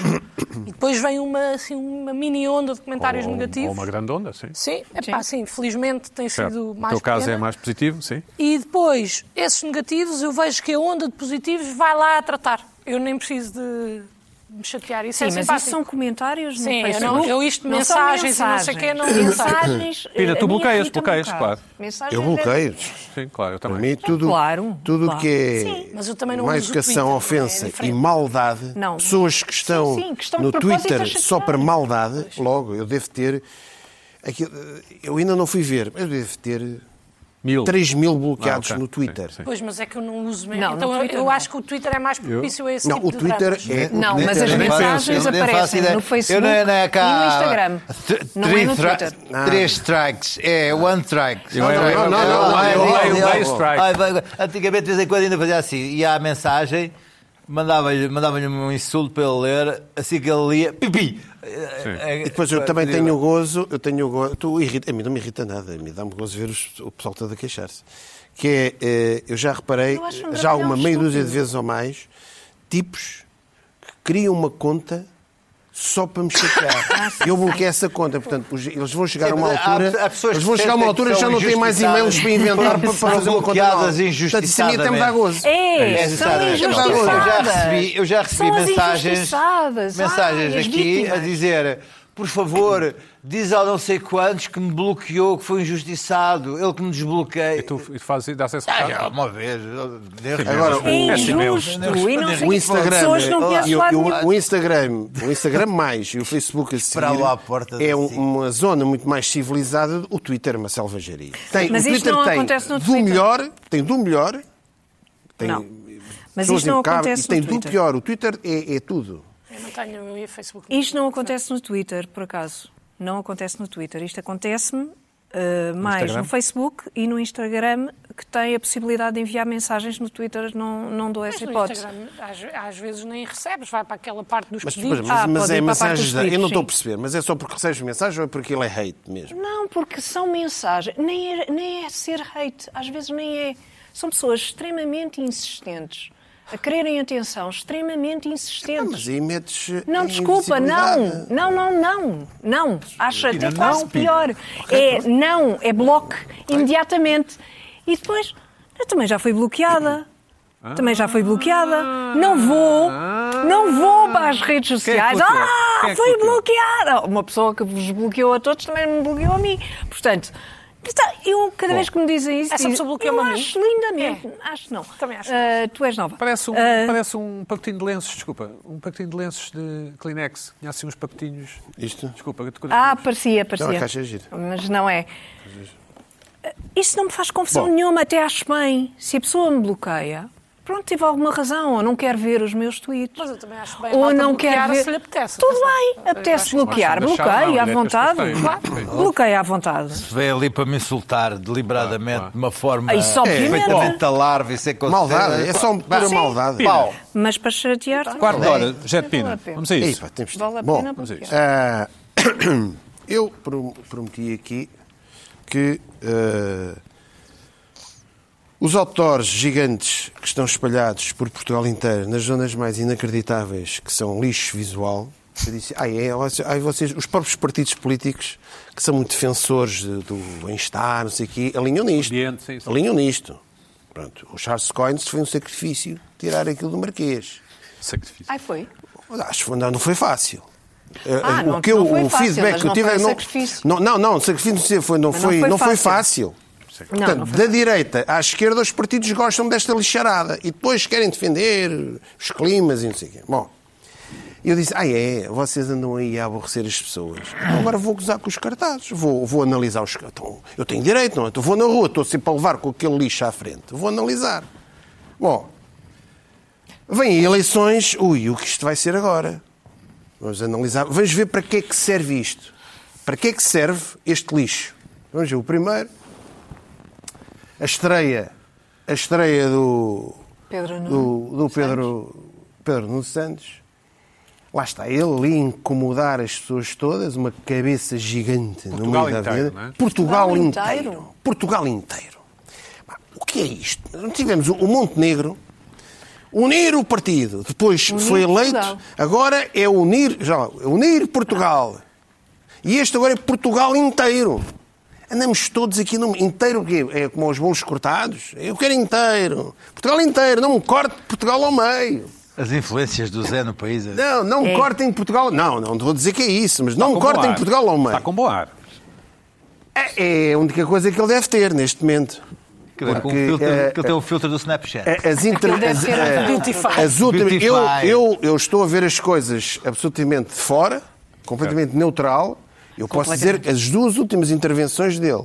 e depois vem uma, assim, uma mini onda de comentários Ou- ou- Ou negativos. uma grande onda, sim. Sim, epá, sim, felizmente tem Certo. sido O mais teu caso pequena. é mais positivo, sim. E depois, esses negativos, eu vejo que a onda de positivos vai lá a tratar. Eu nem preciso de me chatear. Isso Sim, é mas simpático. isso são comentários Sim, no eu Facebook. não- eu isto, Não são mensagens e não sei o quê, não- Mensagens... eh, Pina, a tu minha bloqueias, irrita-me bloqueias, um claro. bocado. Mensagens Eu é- Então, bloqueio. Sim, claro, eu Para também. mim, tudo claro, tudo claro. que é Sim, mas eu também não má uso o educação, Twitter, é ofensa e diferente. maldade, Não. pessoas que estão, Sim, sim, que estão de no propósito a Twitter chatear. só para maldade, logo, eu devo ter. aquilo- eu ainda não fui ver, mas eu devo ter Mil. 3 mil bloqueados Ah, ok. no Twitter. Sim, sim. Pois, mas é que eu não uso mesmo. Não, no então eu- Twitter eu não. acho que o Twitter é mais propício a esse Não, tipo o de Twitter dramas. é. Não, o mas Twitter as é- Nem faço- mensagens eu nem faço aparecem ideia. no Facebook Eu não- não é e cá- no Instagram. Tr- Não é no three Twitter. tri- Três strikes. É, one strike. Eu- eu- eu- eu- Vai, eu- vai, eu- vai, eu- eu- vai. eu- strike. Ai, vai, vai. Antigamente, de vez em quando, ainda fazia assim. Ia à mensagem, mandava-lhe mandava um insulto para ele ler, assim que ele lia, pipi. É, E depois eu também tenho o gozo, eu tenho o gozo, tu irrita, a mim não me irrita nada, a mim dá-me gozo ver os- o pessoal todo a queixar-se. Que é, eh, eu já reparei, Eu acho um já uma grandalhão meia dúzia de estúpido. vezes ou mais, tipos que criam uma conta só para me Ah, chatear. eu bloqueei essa conta, portanto, os- eles vão chegar a uma Sim, mas há- altura, há pessoas eles que vão chegar a uma sentem altura que já são não têm mais injustiçadas. e-mails para inventar para, para São fazer uma conta bloqueadas nova. Portanto, isso a mim até me dá gozo. É, É são injustiçada. injustiçadas. Eu já recebi, eu já recebi São as mensagens, injustiçadas. mensagens Ai, as aqui a vítimas. dizer. Por favor, diz ao não sei quantos que me bloqueou, que foi injustiçado, ele que me desbloqueia. E tu e tu fazes, dás esse Ah, recado? já, uma vez. eu- Agora, É É assim mesmo. injusto. E não sei O quê. Instagram, Pessoas que não eh, conhecem e o- lá e o- nenhum. o Instagram, o Instagram mais e o Facebook a seguir Para lá à porta é da um- SIC. uma zona muito mais civilizada. O Twitter é uma selvageria. Tem, Mas o isto Twitter não tem acontece no do Twitter. melhor, tem do melhor, tem Não. Mas pessoas isto não impecáveis, acontece e tem no do Twitter. pior. O Twitter é, é tudo. Eu não tenho Facebook. Isto não acontece no Twitter, por acaso. Não acontece no Twitter. Isto acontece-me eh, mais Instagram? no Facebook e no Instagram, que tem a possibilidade de enviar mensagens no Twitter. Não, não dou essa Mas no hipótese. Instagram, às, às vezes nem recebes, vai para aquela parte dos Mas, pedidos. mas- Ah, mas pode é ir para a parte mensagens. dos da- eu não tweets, estou a sim. perceber, mas é só porque recebes mensagem ou é porque ele é hate mesmo? Não, porque são mensagens. Nem é, nem é ser hate, às vezes nem é. São pessoas extremamente insistentes, a quererem atenção, extremamente insistentes. Ah, Mas aí metes. eh, Não, a desculpa, não. invisibilidade. Não, não, não. Não. Acho até quase não, pior. É não, é bloco imediatamente. E depois, eu também já fui bloqueada. Ah. Também já fui bloqueada. Não vou, não vou para as redes Quem é que sociais. bloqueou? Quem Ah, é que fui bloqueou? bloqueada. Uma pessoa que vos bloqueou a todos também me bloqueou a mim. Portanto, está- eu cada vez que me dizem isso, essa digo, pessoa bloqueou-me eu a mim? acho lindamente. Acho não. Também acho. Ah, tu és nova. É. Parece um, Ah, parece um pacotinho de lenços, desculpa. Um pacotinho de lenços de Kleenex. Tinha assim uns pacotinhos. Isto? Desculpa. eu te- Ah, parecia, Não, parecia. a caixa é gira. Mas não é. Isso não me faz confusão Bom. nenhuma, até acho bem. Se a pessoa me bloqueia, pronto, tive alguma razão, ou não quer ver os meus tweets. Mas eu também acho bem a Ou malta não bloquear quer ver. se lhe apetece. Tudo Atenção. bem, apetece Eu acho bloquear. que não deixar, Bloqueia não, à direto às vontade. questões. Claro. Bloqueia à vontade. Veio ali para me insultar deliberadamente, Claro, claro. de uma forma Ah, isso obviamente. perfeitamente talarva e sem consciência. Maldade, é só pura Sim. maldade. Pau. Mas para chatear. Quarto de não. hora, Jet Pina. Vale a pena. Vamos a Ei, isso. pá, temos de- Vale a Bom, pena vamos a isto. bloquear. Ah, eu prom- prometi aqui que ah, os autores gigantes que estão espalhados por Portugal inteiro nas zonas mais inacreditáveis, que são lixo visual, eu disse, ah, é, vocês- ai, vocês, os próprios partidos políticos, que são muito defensores de- do bem-estar, não sei o quê, alinham nisto. Ambiente, sim, sim. Alinham nisto. Pronto, o Charles Coins foi um sacrifício tirar aquilo do Marquês. Sacrifício. Ai, foi. Acho que não foi fácil. Ah, Eh, não- não foi fácil, mas não foi um é que sacrifício. não, não, não, sacrifício foi, não, Mas foi, não foi fácil. Não, Portanto, não foi da direita à esquerda, os partidos gostam desta lixarada e depois querem defender os climas e não sei o quê. Bom, eu disse: Ah, é, vocês andam aí a aborrecer as pessoas. Então Agora vou gozar com os cartazes, vou, vou analisar os cartazes. Eu tenho direito, não é? Então vou na rua, estou sempre a levar com aquele lixo à frente. Vou analisar. Bom, vêm eleições, ui, o que isto vai ser agora? Vamos analisar, vamos ver para que é que serve isto. Para que é que serve este lixo? Vamos ver o primeiro. A estreia, a estreia do, Pedro Nuno do, do Pedro, Pedro Nuno Santos. Lá está ele ali a incomodar as pessoas todas, uma cabeça gigante Portugal no meio da inteiro, vida. não é? Portugal, Portugal inteiro. inteiro. Portugal inteiro. Pá, O que é isto? Não Tivemos o- o Montenegro unir o partido, depois foi eleito, Portugal. agora é unir, já, lá, unir Portugal. E este agora é Portugal inteiro. Andamos todos aqui no inteiro, o quê? É como os bolos cortados? Eu quero inteiro. Portugal inteiro, não me corte Portugal ao meio. As influências do Zé no país. é- Não, não cortem Portugal. Não, não vou dizer que é isso, mas não com bom cortem ar. Portugal ao meio. Está com bom ar. É é a única coisa que ele deve ter neste momento. Que ele é com um Porque, filtro- é, que ele tem um filtro do Snapchat. A- É, As, inter... Aquilo deve as, ser a- Beautify. as últimas. Eu, Beautify. eu, eu estou a ver as coisas absolutamente de fora, completamente neutral. Eu posso dizer que as duas últimas intervenções dele,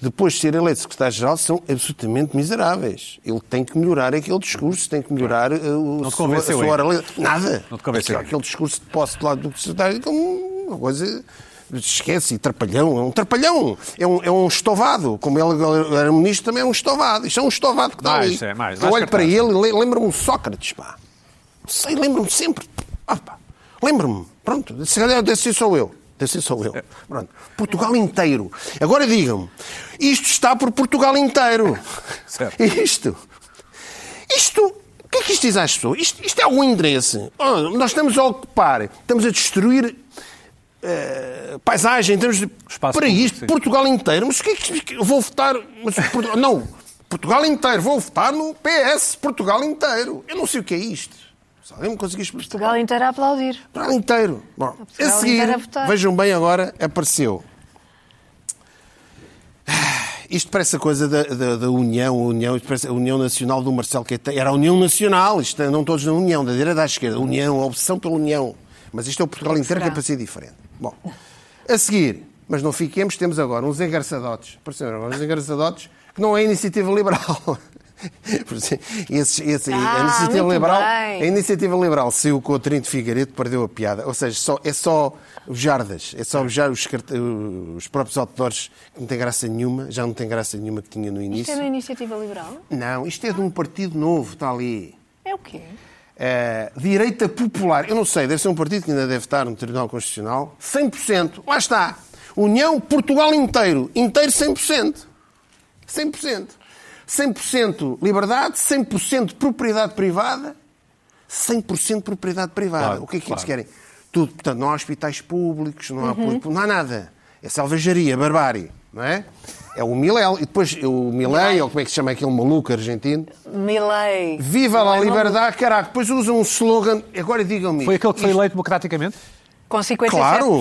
depois de ser eleito secretário-geral, são absolutamente miseráveis. Ele tem que melhorar aquele discurso, tem que melhorar uh, Não o te sua, a convenceu sua ainda. hora lida. Nada. Não te convenceu ainda. Aquele discurso de posse do lado do secretário, é uma coisa. Esquece, e trapalhão, é um trapalhão, é um, é um estovado. Como ele era ministro, também é um estovado. Isto é um estovado que dá Mais, ali. é, mais, Eu mais olho para cartaz. ele e le- lembro-me o Sócrates, pá. Sei, lembro-me sempre. Ah, pá. Lembro-me. Pronto. Se calhar deve ser só eu. Deve ser só É. eu. Pronto. Portugal inteiro. Agora digam-me, isto está por Portugal inteiro. Certo. Isto. Isto. O que é que isto diz às pessoas? Isto, isto é algum interesse. Ah, nós estamos a ocupar, estamos a destruir eh, paisagem, estamos. Espaço para público, isto, sim. Portugal inteiro. Mas o que é que que- eu vou votar? Mas Portugal- não, Portugal inteiro. Vou votar no PS Portugal inteiro. Eu não sei o que é isto. Se alguém me conseguir explicar. Portugal inteiro a aplaudir. Portugal inteiro. Bom, a Portugal inteiro a é seguir, votar. vejam bem agora, apareceu. Isto parece a coisa da, da, da União, a União, isto parece a União Nacional do Marcelo Caetano. Era a União Nacional, isto é, não todos na União, da direita à esquerda. União, a opção pela União. Mas isto é o Portugal inteiro que é para ser diferente. Bom, a seguir, mas não fiquemos, temos agora uns engarçadotes. Apareceram agora uns engarçadotes que não é iniciativa liberal. Por isso, esses- esse- a Ah, iniciativa muito liberal, bem. a Iniciativa Liberal saiu com o Trinto Figueiredo, perdeu a piada. Ou seja, só, é só os jardas, é só os, jar- os, carte- os próprios outdoors que não tem graça nenhuma, já não tem graça nenhuma que tinha no Isto início. é na iniciativa liberal? Não, isto é de um partido novo, está ali. É o quê? É, direita Popular, eu não sei, deve ser um partido que ainda deve estar no Tribunal Constitucional. 100%, lá está. União Portugal inteiro, inteiro 100%. 100%. 100% liberdade, 100% propriedade privada, 100% propriedade privada. Claro, o que é que eles claro. querem? Tudo. Portanto, não há hospitais públicos, não há apoio público, não há nada. É selvageria, barbárie, não é? É o Milel, e depois o Milei, ou como é que se chama aquele maluco argentino? Milei. Viva lá a liberdade, caraca, depois usam um slogan. Agora digam-me. Foi aquele "É que foi isto- eleito democraticamente? Com 57%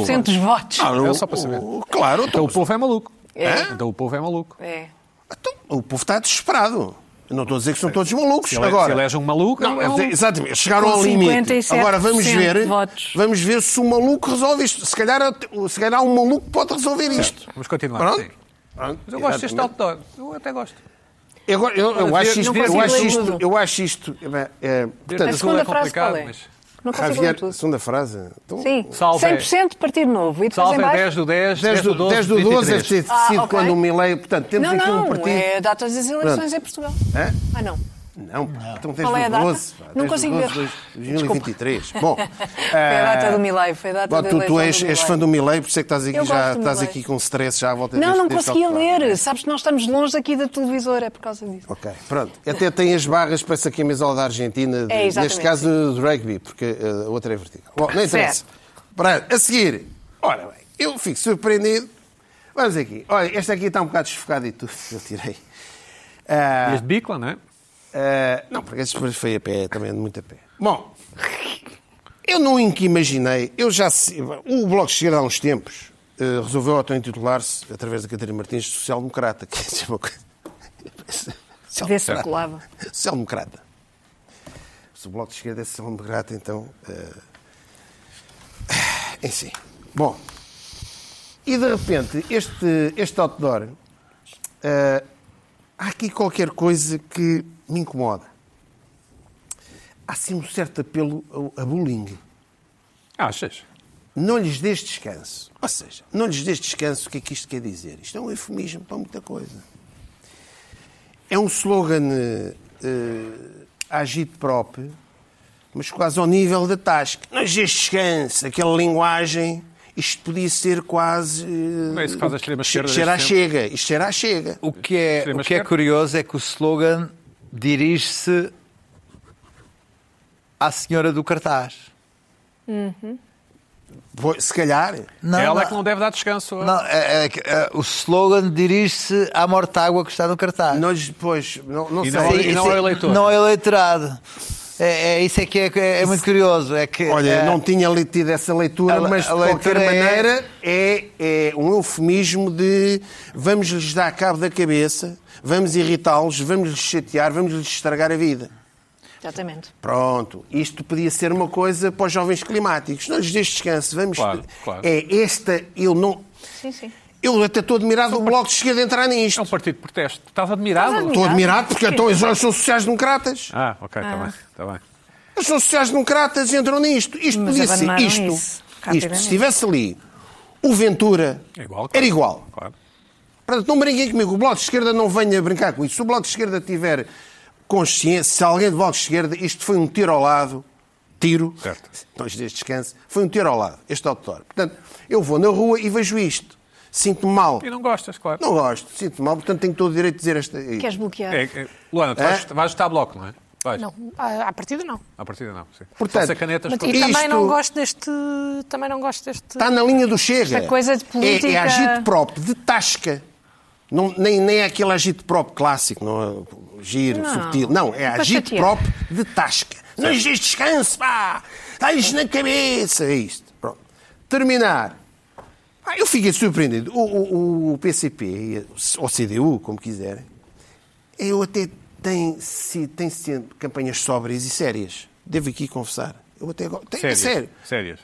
Claro. dos votos. Claro, É só para saber. o- Claro, Então então, o povo é maluco. É? Então o povo é maluco. É. então, o povo está desesperado. Eu não estou a dizer que são todos malucos. Se ele- Agora, se elege um maluco, Não, é um- Exatamente, chegaram Com ao limite. 57% Agora vamos ver, de votos. vamos ver se o maluco resolve isto. Se calhar, se calhar um maluco pode resolver isto. Vamos continuar. Pronto. sim. Pronto. Mas eu gosto deste Exatamente. outdoor. Eu até gosto. Eu, go- eu- eu Não acho isto, eu consigo acho ler isto, tudo. eu acho isto. eh, bem, eh, Este portanto, A segunda azul é frase qual complicado, é? mas... Não consigo ler Javier, tudo. segunda frase. Então, Sim. Salve. 100% Partido Novo. E depois Salve em é baixo? 10 do 10, 10 do 10 do é 12 deve 12, ter sido Ah, ok. quando o Milei. Portanto, temos Não, aqui um não. partido. É a data das eleições em Portugal. Hã? Ah, não. Não, pá, então tens Qual é a do data? 12. pá, Não tens do consigo 12, ver. 2023. Bom, Foi a data eh, do Milei. Foi a data bom, da tu, tu eleição és, do és Milei. fã do Milei, por isso é que estás aqui, Eu já, gosto do estás Milei. aqui com um stress já à volta Não, deste- não deste conseguia autocarro. ler. Sabes que nós estamos longe aqui da televisora. É por causa disso. Ok, pronto. Até tem as barras para essa camisola da Argentina, de- É, exatamente. neste caso do rugby, porque eh, a outra é vertical. Bom, não interessa. Para, a seguir, ora bem, eu fico surpreendido. Vamos aqui. Olha, esta aqui está um bocado desfocada e tudo, eu tirei. Ah, Este bicla, não é? Uh, não, porque esse foi a pé, também ando muito a pé. Bom, eu nunca imaginei, eu já se- o Bloco de Esquerda há uns tempos uh, resolveu auto-intitular-se, através da Catarina Martins, de social-democrata, que é uma coisa... Vê se colava. Social-democrata. Se o Bloco de Esquerda é social-democrata, então... uh, Enfim. Bom, e de repente, este, este outdoor... uh, há aqui qualquer coisa que me incomoda. Há sim um certo apelo ao- a bullying. Achas? Não lhes dês descanso. Ou seja, não lhes dês descanso, o que é que isto quer dizer? Isto é um eufemismo para muita coisa. É um slogan eh, eh, agite próprio, mas quase ao nível da tasca. Não lhes dês descanso, aquela linguagem. Isto podia ser quase. eh, é isso que faz a extrema-esquerda desde Cheira à sempre. chega. Isto cheira à chega. O que é, o que é Extrema-esquerda. curioso é que o slogan dirige-se à senhora do cartaz. Pô, Se calhar. Não, é ela não, que não deve dar descanso. não, é- é que, é, o slogan dirige-se à mortágua que está no cartaz. Não lhes. Pois. Não, não Ah. E sei. não- Isso é- e não isso ao é- eleitor. Não ao eleitorado. É, é- isso é que é, é muito curioso. É que, Olha, é, não tinha le- tido essa leitura, a le- mas de a qualquer leitura é- maneira é, é um eufemismo de vamos lhes dar cabo da cabeça, vamos irritá-los, vamos lhes chatear, vamos lhes estragar a vida. Exatamente. Pronto, isto podia ser uma coisa para os jovens climáticos. Não lhes dês descanso, vamos. Claro, claro. É esta, eu não. Sim, sim. Eu até estou admirado do Bloco de Esquerda entrar nisto. É um partido de protesto. Estás admirado? Estás Estou admirado porque então eles são sociais-democratas. Ah, ok, está bem. Está bem. Os sociais-democratas entram nisto. Isto Mas podia ser abandonaram isto. isso, isto. rapidamente. Se tivesse ali o Ventura, É igual. claro. era igual. Claro. Portanto, não brinquem comigo. O Bloco de Esquerda não venha brincar com isso. Se o Bloco de Esquerda tiver consciência, se alguém do Bloco de Esquerda, isto foi um tiro ao lado. Tiro. Certo. Não lhes dês descanso. Foi um tiro ao lado, este auditório. Portanto, eu vou na rua e vejo isto. Sinto-me mal. E não gostas, claro. Não gosto. Sinto-me mal. Portanto, tenho todo o direito de dizer esta... Queres bloquear? É, é, Luana, tu É? vais, vais votar a bloco, não é? Vais. Ah, Não, à, à partida não. À partida não. Sim. Portanto, Só se a caneta Mas, estou- e também Isto- não gosto deste. Também não gosto deste. Está na linha do Chega. Esta coisa de política- É, é agito próprio, de tasca. Não, nem, nem é aquele agito próprio clássico, não é giro, subtil. Não, é Para agito chatear. próprio de tasca. Não existe descanso, pá! Dá-lhes na cabeça. É isto. Pronto. Terminar. Ah, eu fiquei surpreendido. O, o- o PCP, ou CDU, como quiserem, eu até tenho, se, tenho sido campanhas sóbrias e sérias. Devo aqui confessar. Eu até agora. Tem, é Sérias. sério Sérias.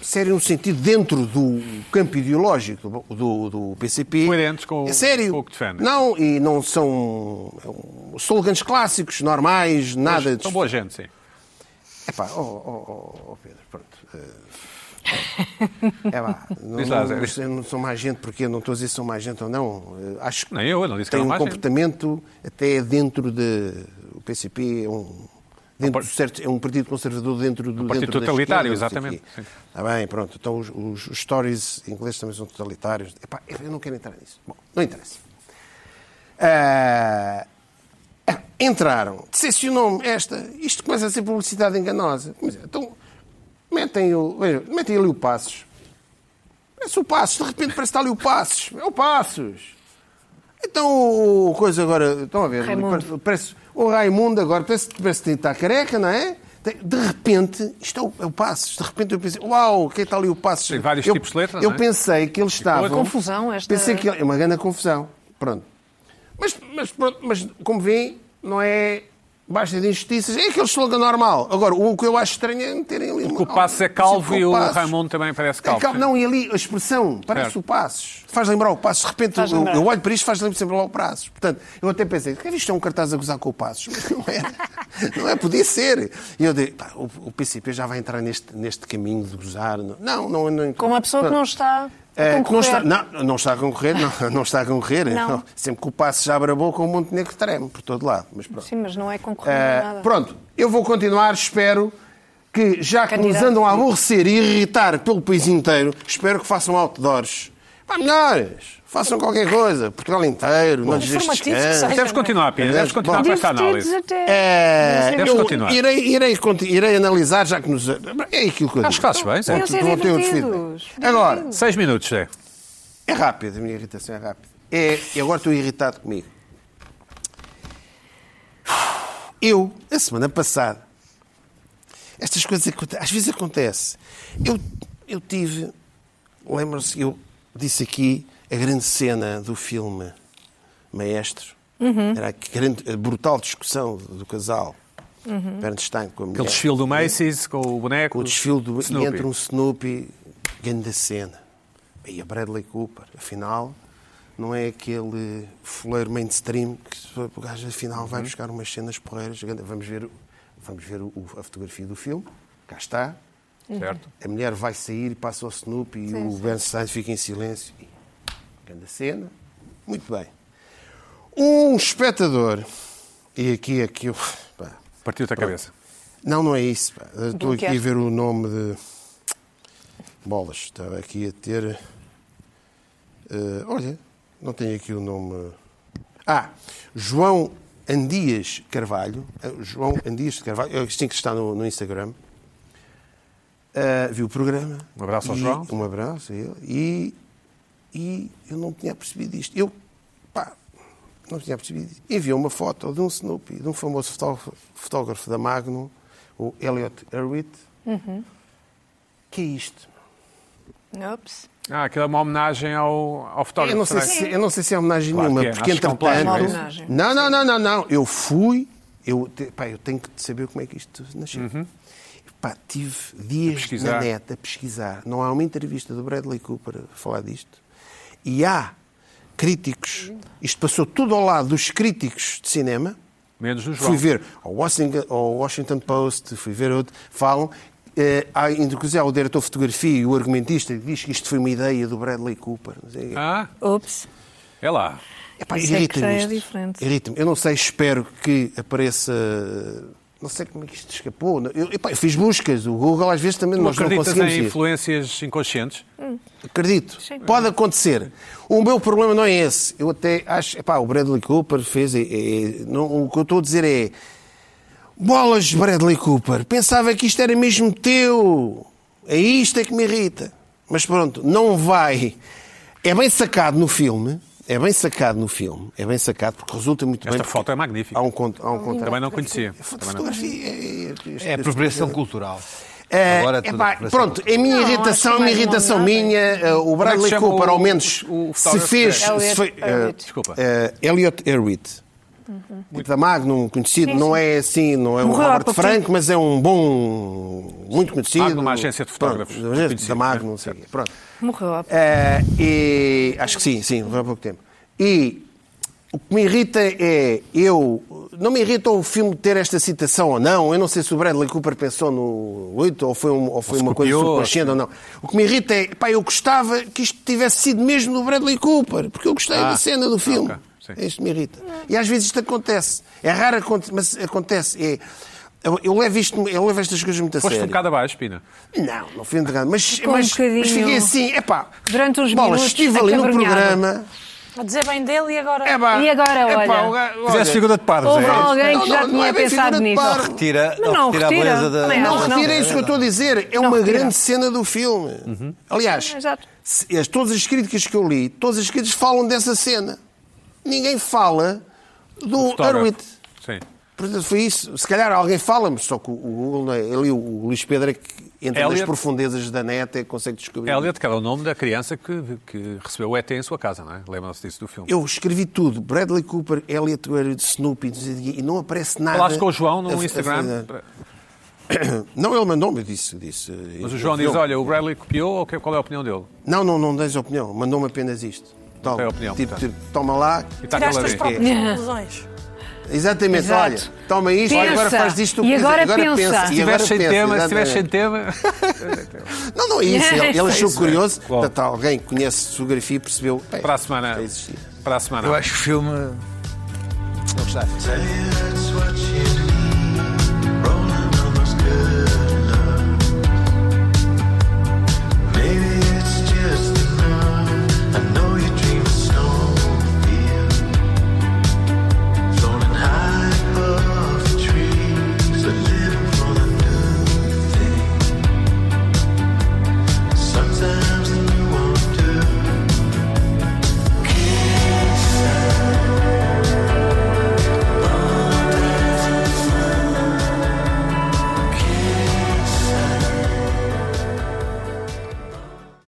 sério no sentido dentro do campo ideológico do, do, do PCP. Coerentes com o- é sério. com o que defendem. Não, e não são é um, slogans clássicos, normais, nada de. São boa gente, sim. Epá, oh, ó ó, ó, ó, Pedro, pronto. eh, É pá, não, Diz lá, não- Zé. não sei- não sou mais gente, porque eu não estou a dizer se sou mais gente ou não. Eh, Acho que Nem eu, eu não disse que tem era um mais gente. comportamento até é dentro de. O PCP é um. Dentro par- do certo, é um partido conservador dentro do. partido dentro da totalitário, esquerda, não sei o exatamente. quê. Sim. Está bem, pronto. Então os, os- os stories ingleses também são totalitários. Epá, eu não quero entrar nisso. Bom, não interessa. Ah, entraram. Decepcionou-me esta. Isto começa a ser publicidade enganosa. Mas, então, metem, o, veja, metem ali o Passos. Parece o Passos. De repente parece que está ali o Passos. É o Passos. Então, o o coisa agora... Estão a ver? Raimundo. Parece, o Raimundo agora parece, parece que está careca, não é? Tem- De repente, isto é o, é o Passos. De repente eu pensei, uau, quem está ali o Passos? Tem vários eu, tipos de letra, Eu não é? pensei que eles estavam... Confusão esta- Pensei que é uma grande confusão. Pronto. Mas, mas, pronto, mas como vêem, não é basta de injustiças. É aquele slogan normal. Agora, o que eu acho estranho é meterem ali... Porque o Passos é calvo e o Passos. Raimundo também parece É calvo. sim. Não, e ali a expressão parece Certo. o Passos. Faz lembrar o Passos. De repente, Faz eu, lembrar. eu olho para isto faz lembrar sempre lá o Passos. Portanto, eu até pensei, quer isto é um cartaz a gozar com o Passos? Mas não era. Não é, podia ser. E eu digo, pá, o, o PCP já vai entrar neste, neste caminho de gozar. Não, não, não. não Com uma pessoa que não está. a é, que não, concorrer. está, não, não está a concorrer, não, não está a concorrer. Não. Sempre que o passo já abre a boca, o Montenegro treme por todo lado. Mas pronto. Sim, mas não é concorrer Eh, nada. pronto, eu vou continuar, espero que, já que nos Candidato. andam a aborrecer e irritar pelo país inteiro, espero que façam outdoors. Pá, melhores, façam qualquer coisa, Portugal inteiro, não lhes Informativos que descanso. sejam. Deves continuar, É Pina. Deves continuar com esta Divertidos análise. até. é Eh, Deves eu continuar. irei, irei, conti- irei analisar, já que nos. É aquilo que eu Acho que fazes digo. bem, Deviam sim. ser Não tenho outro divertidos. feedback. Agora, Seis minutos, Zé. É rápido, a minha irritação é rápida. É, e agora estou irritado comigo. Eu, a semana passada, estas coisas aconte- às vezes acontece. Eu, eu tive, lembram-se, eu disse aqui a grande cena do filme Maestro. Era a, grande, a brutal discussão do, do casal Bernstein com a mulher Aquele desfile do Macy's com o boneco. É. com o desfile do, e Snoopy. entra um Snoopy, grande cena. E a Bradley Cooper, afinal, não é aquele fuleiro mainstream que se for- o gajo afinal vai buscar umas cenas porreiras. grande- Vamos ver, o- vamos ver o- a fotografia do filme, cá está. Certo. A mulher vai sair e passa ao Snoopy e o Bernstein fica em silêncio. E, grande cena. Muito bem. Um espectador, e aqui é que eu... pá, Partiu-te a cabeça. não, não é isso. pá. Eu Estou aqui Bloquear. a ver o nome de. Bolas. Estava aqui a ter. eh, olha, não tenho aqui o nome. Ah, João Andias Carvalho. eh, João Andias de Carvalho. Eu tinha que estar no, no Instagram. Eh, viu o programa. Um abraço ao E- João. Um abraço a ele. E, e eu não tinha percebido isto. Eu, pá, não tinha percebido, enviou uma foto de um Snoopy, de um famoso fotógrafo, fotógrafo da Magnum, o Elliot Erwitt. Que é isto? Ops. Ah, aquilo é uma homenagem ao, ao fotógrafo. Eu não, sei será? se, eu não sei se é homenagem Claro nenhuma, que é. porque Acho que é um plágio, entretanto. não, não é isso? não, não, não, não, Eu fui, eu, te- pá, eu tenho que saber como é que isto nasceu. Pá, tive dias Uhum. pesquisar. na net a pesquisar. Não há uma entrevista do Bradley Cooper a falar disto. E há críticos. Isto passou tudo ao lado dos críticos de cinema. Menos no João. Fui ver ao Washington, ao Washington Post, fui ver outro, falam. eh, há, inclusive há o diretor de fotografia e o argumentista que diz que isto foi uma ideia do Bradley Cooper. não sei o quê. Ah, Ops. é lá. Epá, Isso é que já é irrita-me isto. diferente. Irrita-me. Eu não sei, espero que apareça. Não sei como é que isto escapou. Eu, epá, eu fiz buscas. O Google às vezes também Tu nós não acreditas conseguimos. em ir. influências inconscientes? Acredito. Pode acontecer. O meu problema não é esse. Eu até acho. Epá, o Bradley Cooper fez. é- é- não- o que eu estou a dizer é. Bolas, Bradley Cooper. Pensava que isto era mesmo teu. É isto é que me irrita. Mas pronto, não vai. É bem sacado no filme. É bem sacado no filme. É bem sacado porque resulta muito bem. Esta porque foto é magnífica. Há um, cont- há um contrato. Também não conhecia. Também não. Fotografia. é- É apropriação cultural. É, Agora é tudo epá, apropriação pronto, a minha irritação, acho é a minha mais irritação uma minha, eh, Como é o que Bradley se chama Cooper, o- ao menos, o se fotógrafo? fez. Elliot se foi- eh, Erwitt. Desculpa. eh, Elliot Erwitt. Tipo Da Magnum, conhecido, não é assim, não é um Morreu há Robert pouco Franco, mas é um bom, muito conhecido. Magnum, uma agência de fotógrafos né? Pronto, da agência- conhecida, da Magnum, não sei o quê. Pronto. Morreu há Eh, e acho que sim, sim, morreu há pouco tempo. E o que me irrita é eu. Não me irrita o filme ter esta citação ou não. Eu não sei se o Bradley Cooper pensou no 8 ou foi, um- ou foi se uma coisa copiou, subconsciente ou não. O que me irrita é. Pá, eu gostava que isto tivesse sido mesmo do Bradley Cooper, porque eu gostei Ah, da cena do filme. ok, sim. É isto me irrita. E às vezes isto acontece. É raro, aconte- mas acontece. É, eu, eu levo isto, eu levo estas coisas muito a Foste um sério. bocado abaixo, Pina. Não, não fui enterrado. Mas, Ficou um mas, bocadinho- mas fiquei assim, epá. Durante uns bolas, minutos, estive ali no acabrunhado. programa. É A dizer bem dele e agora. Epá, E agora, epá, olha. o gajo- olha, Fizeste figura de parvos, Houve é? alguém Não, que já não, não tinha é bem figura pensado de nisso. par. Retira, Mas não retira a retira. beleza da. Também Não acho. retirem isso que eu estou a dizer. É Não uma retira. grande cena do filme. Uhum. Aliás, Exato. se- as- todas as críticas que eu li, todas as críticas falam dessa cena. Ninguém fala do Fotógrafo. Erwitt. Sim. Portanto, foi isso. Se calhar alguém fala-me, só que o Google, não é? ali o- o Luís Pedro, é que entre as Elliot. profundezas da net, é que consegue descobrir. Elliot, que era o nome da criança que, que recebeu o ET em sua casa, não é? Lembram-se disso do filme. Eu escrevi tudo. Bradley Cooper, Elliot Erwitt, Snoopy, não sei o quê, e não aparece nada. Falaste com o João A- no a- né? Instagram. Não, ele mandou-me, disse, disse. Mas o João diz, olha, o Bradley copiou ou que- qual é a opinião dele? Não, não, não dês opinião. Mandou-me apenas isto. Toma, tem opinião, tipo, portanto. tipo, toma lá. E está Tiraste aquela as vez. próprias É. conclusões. Exatamente, Exato. olha, toma isto, olha, agora Pensa. faz disto o que E quiser. agora pensa. e Se tivesse agora sem pensa, tema, se tivesse sem exatamente. tema... Não, não é isso. Ele, ele achou curioso. Claro. Portanto, alguém que conhece fotografia e percebeu. bem, Para a semana. isto já existia. Para a semana. Eu acho que o filme. Tell you that's what you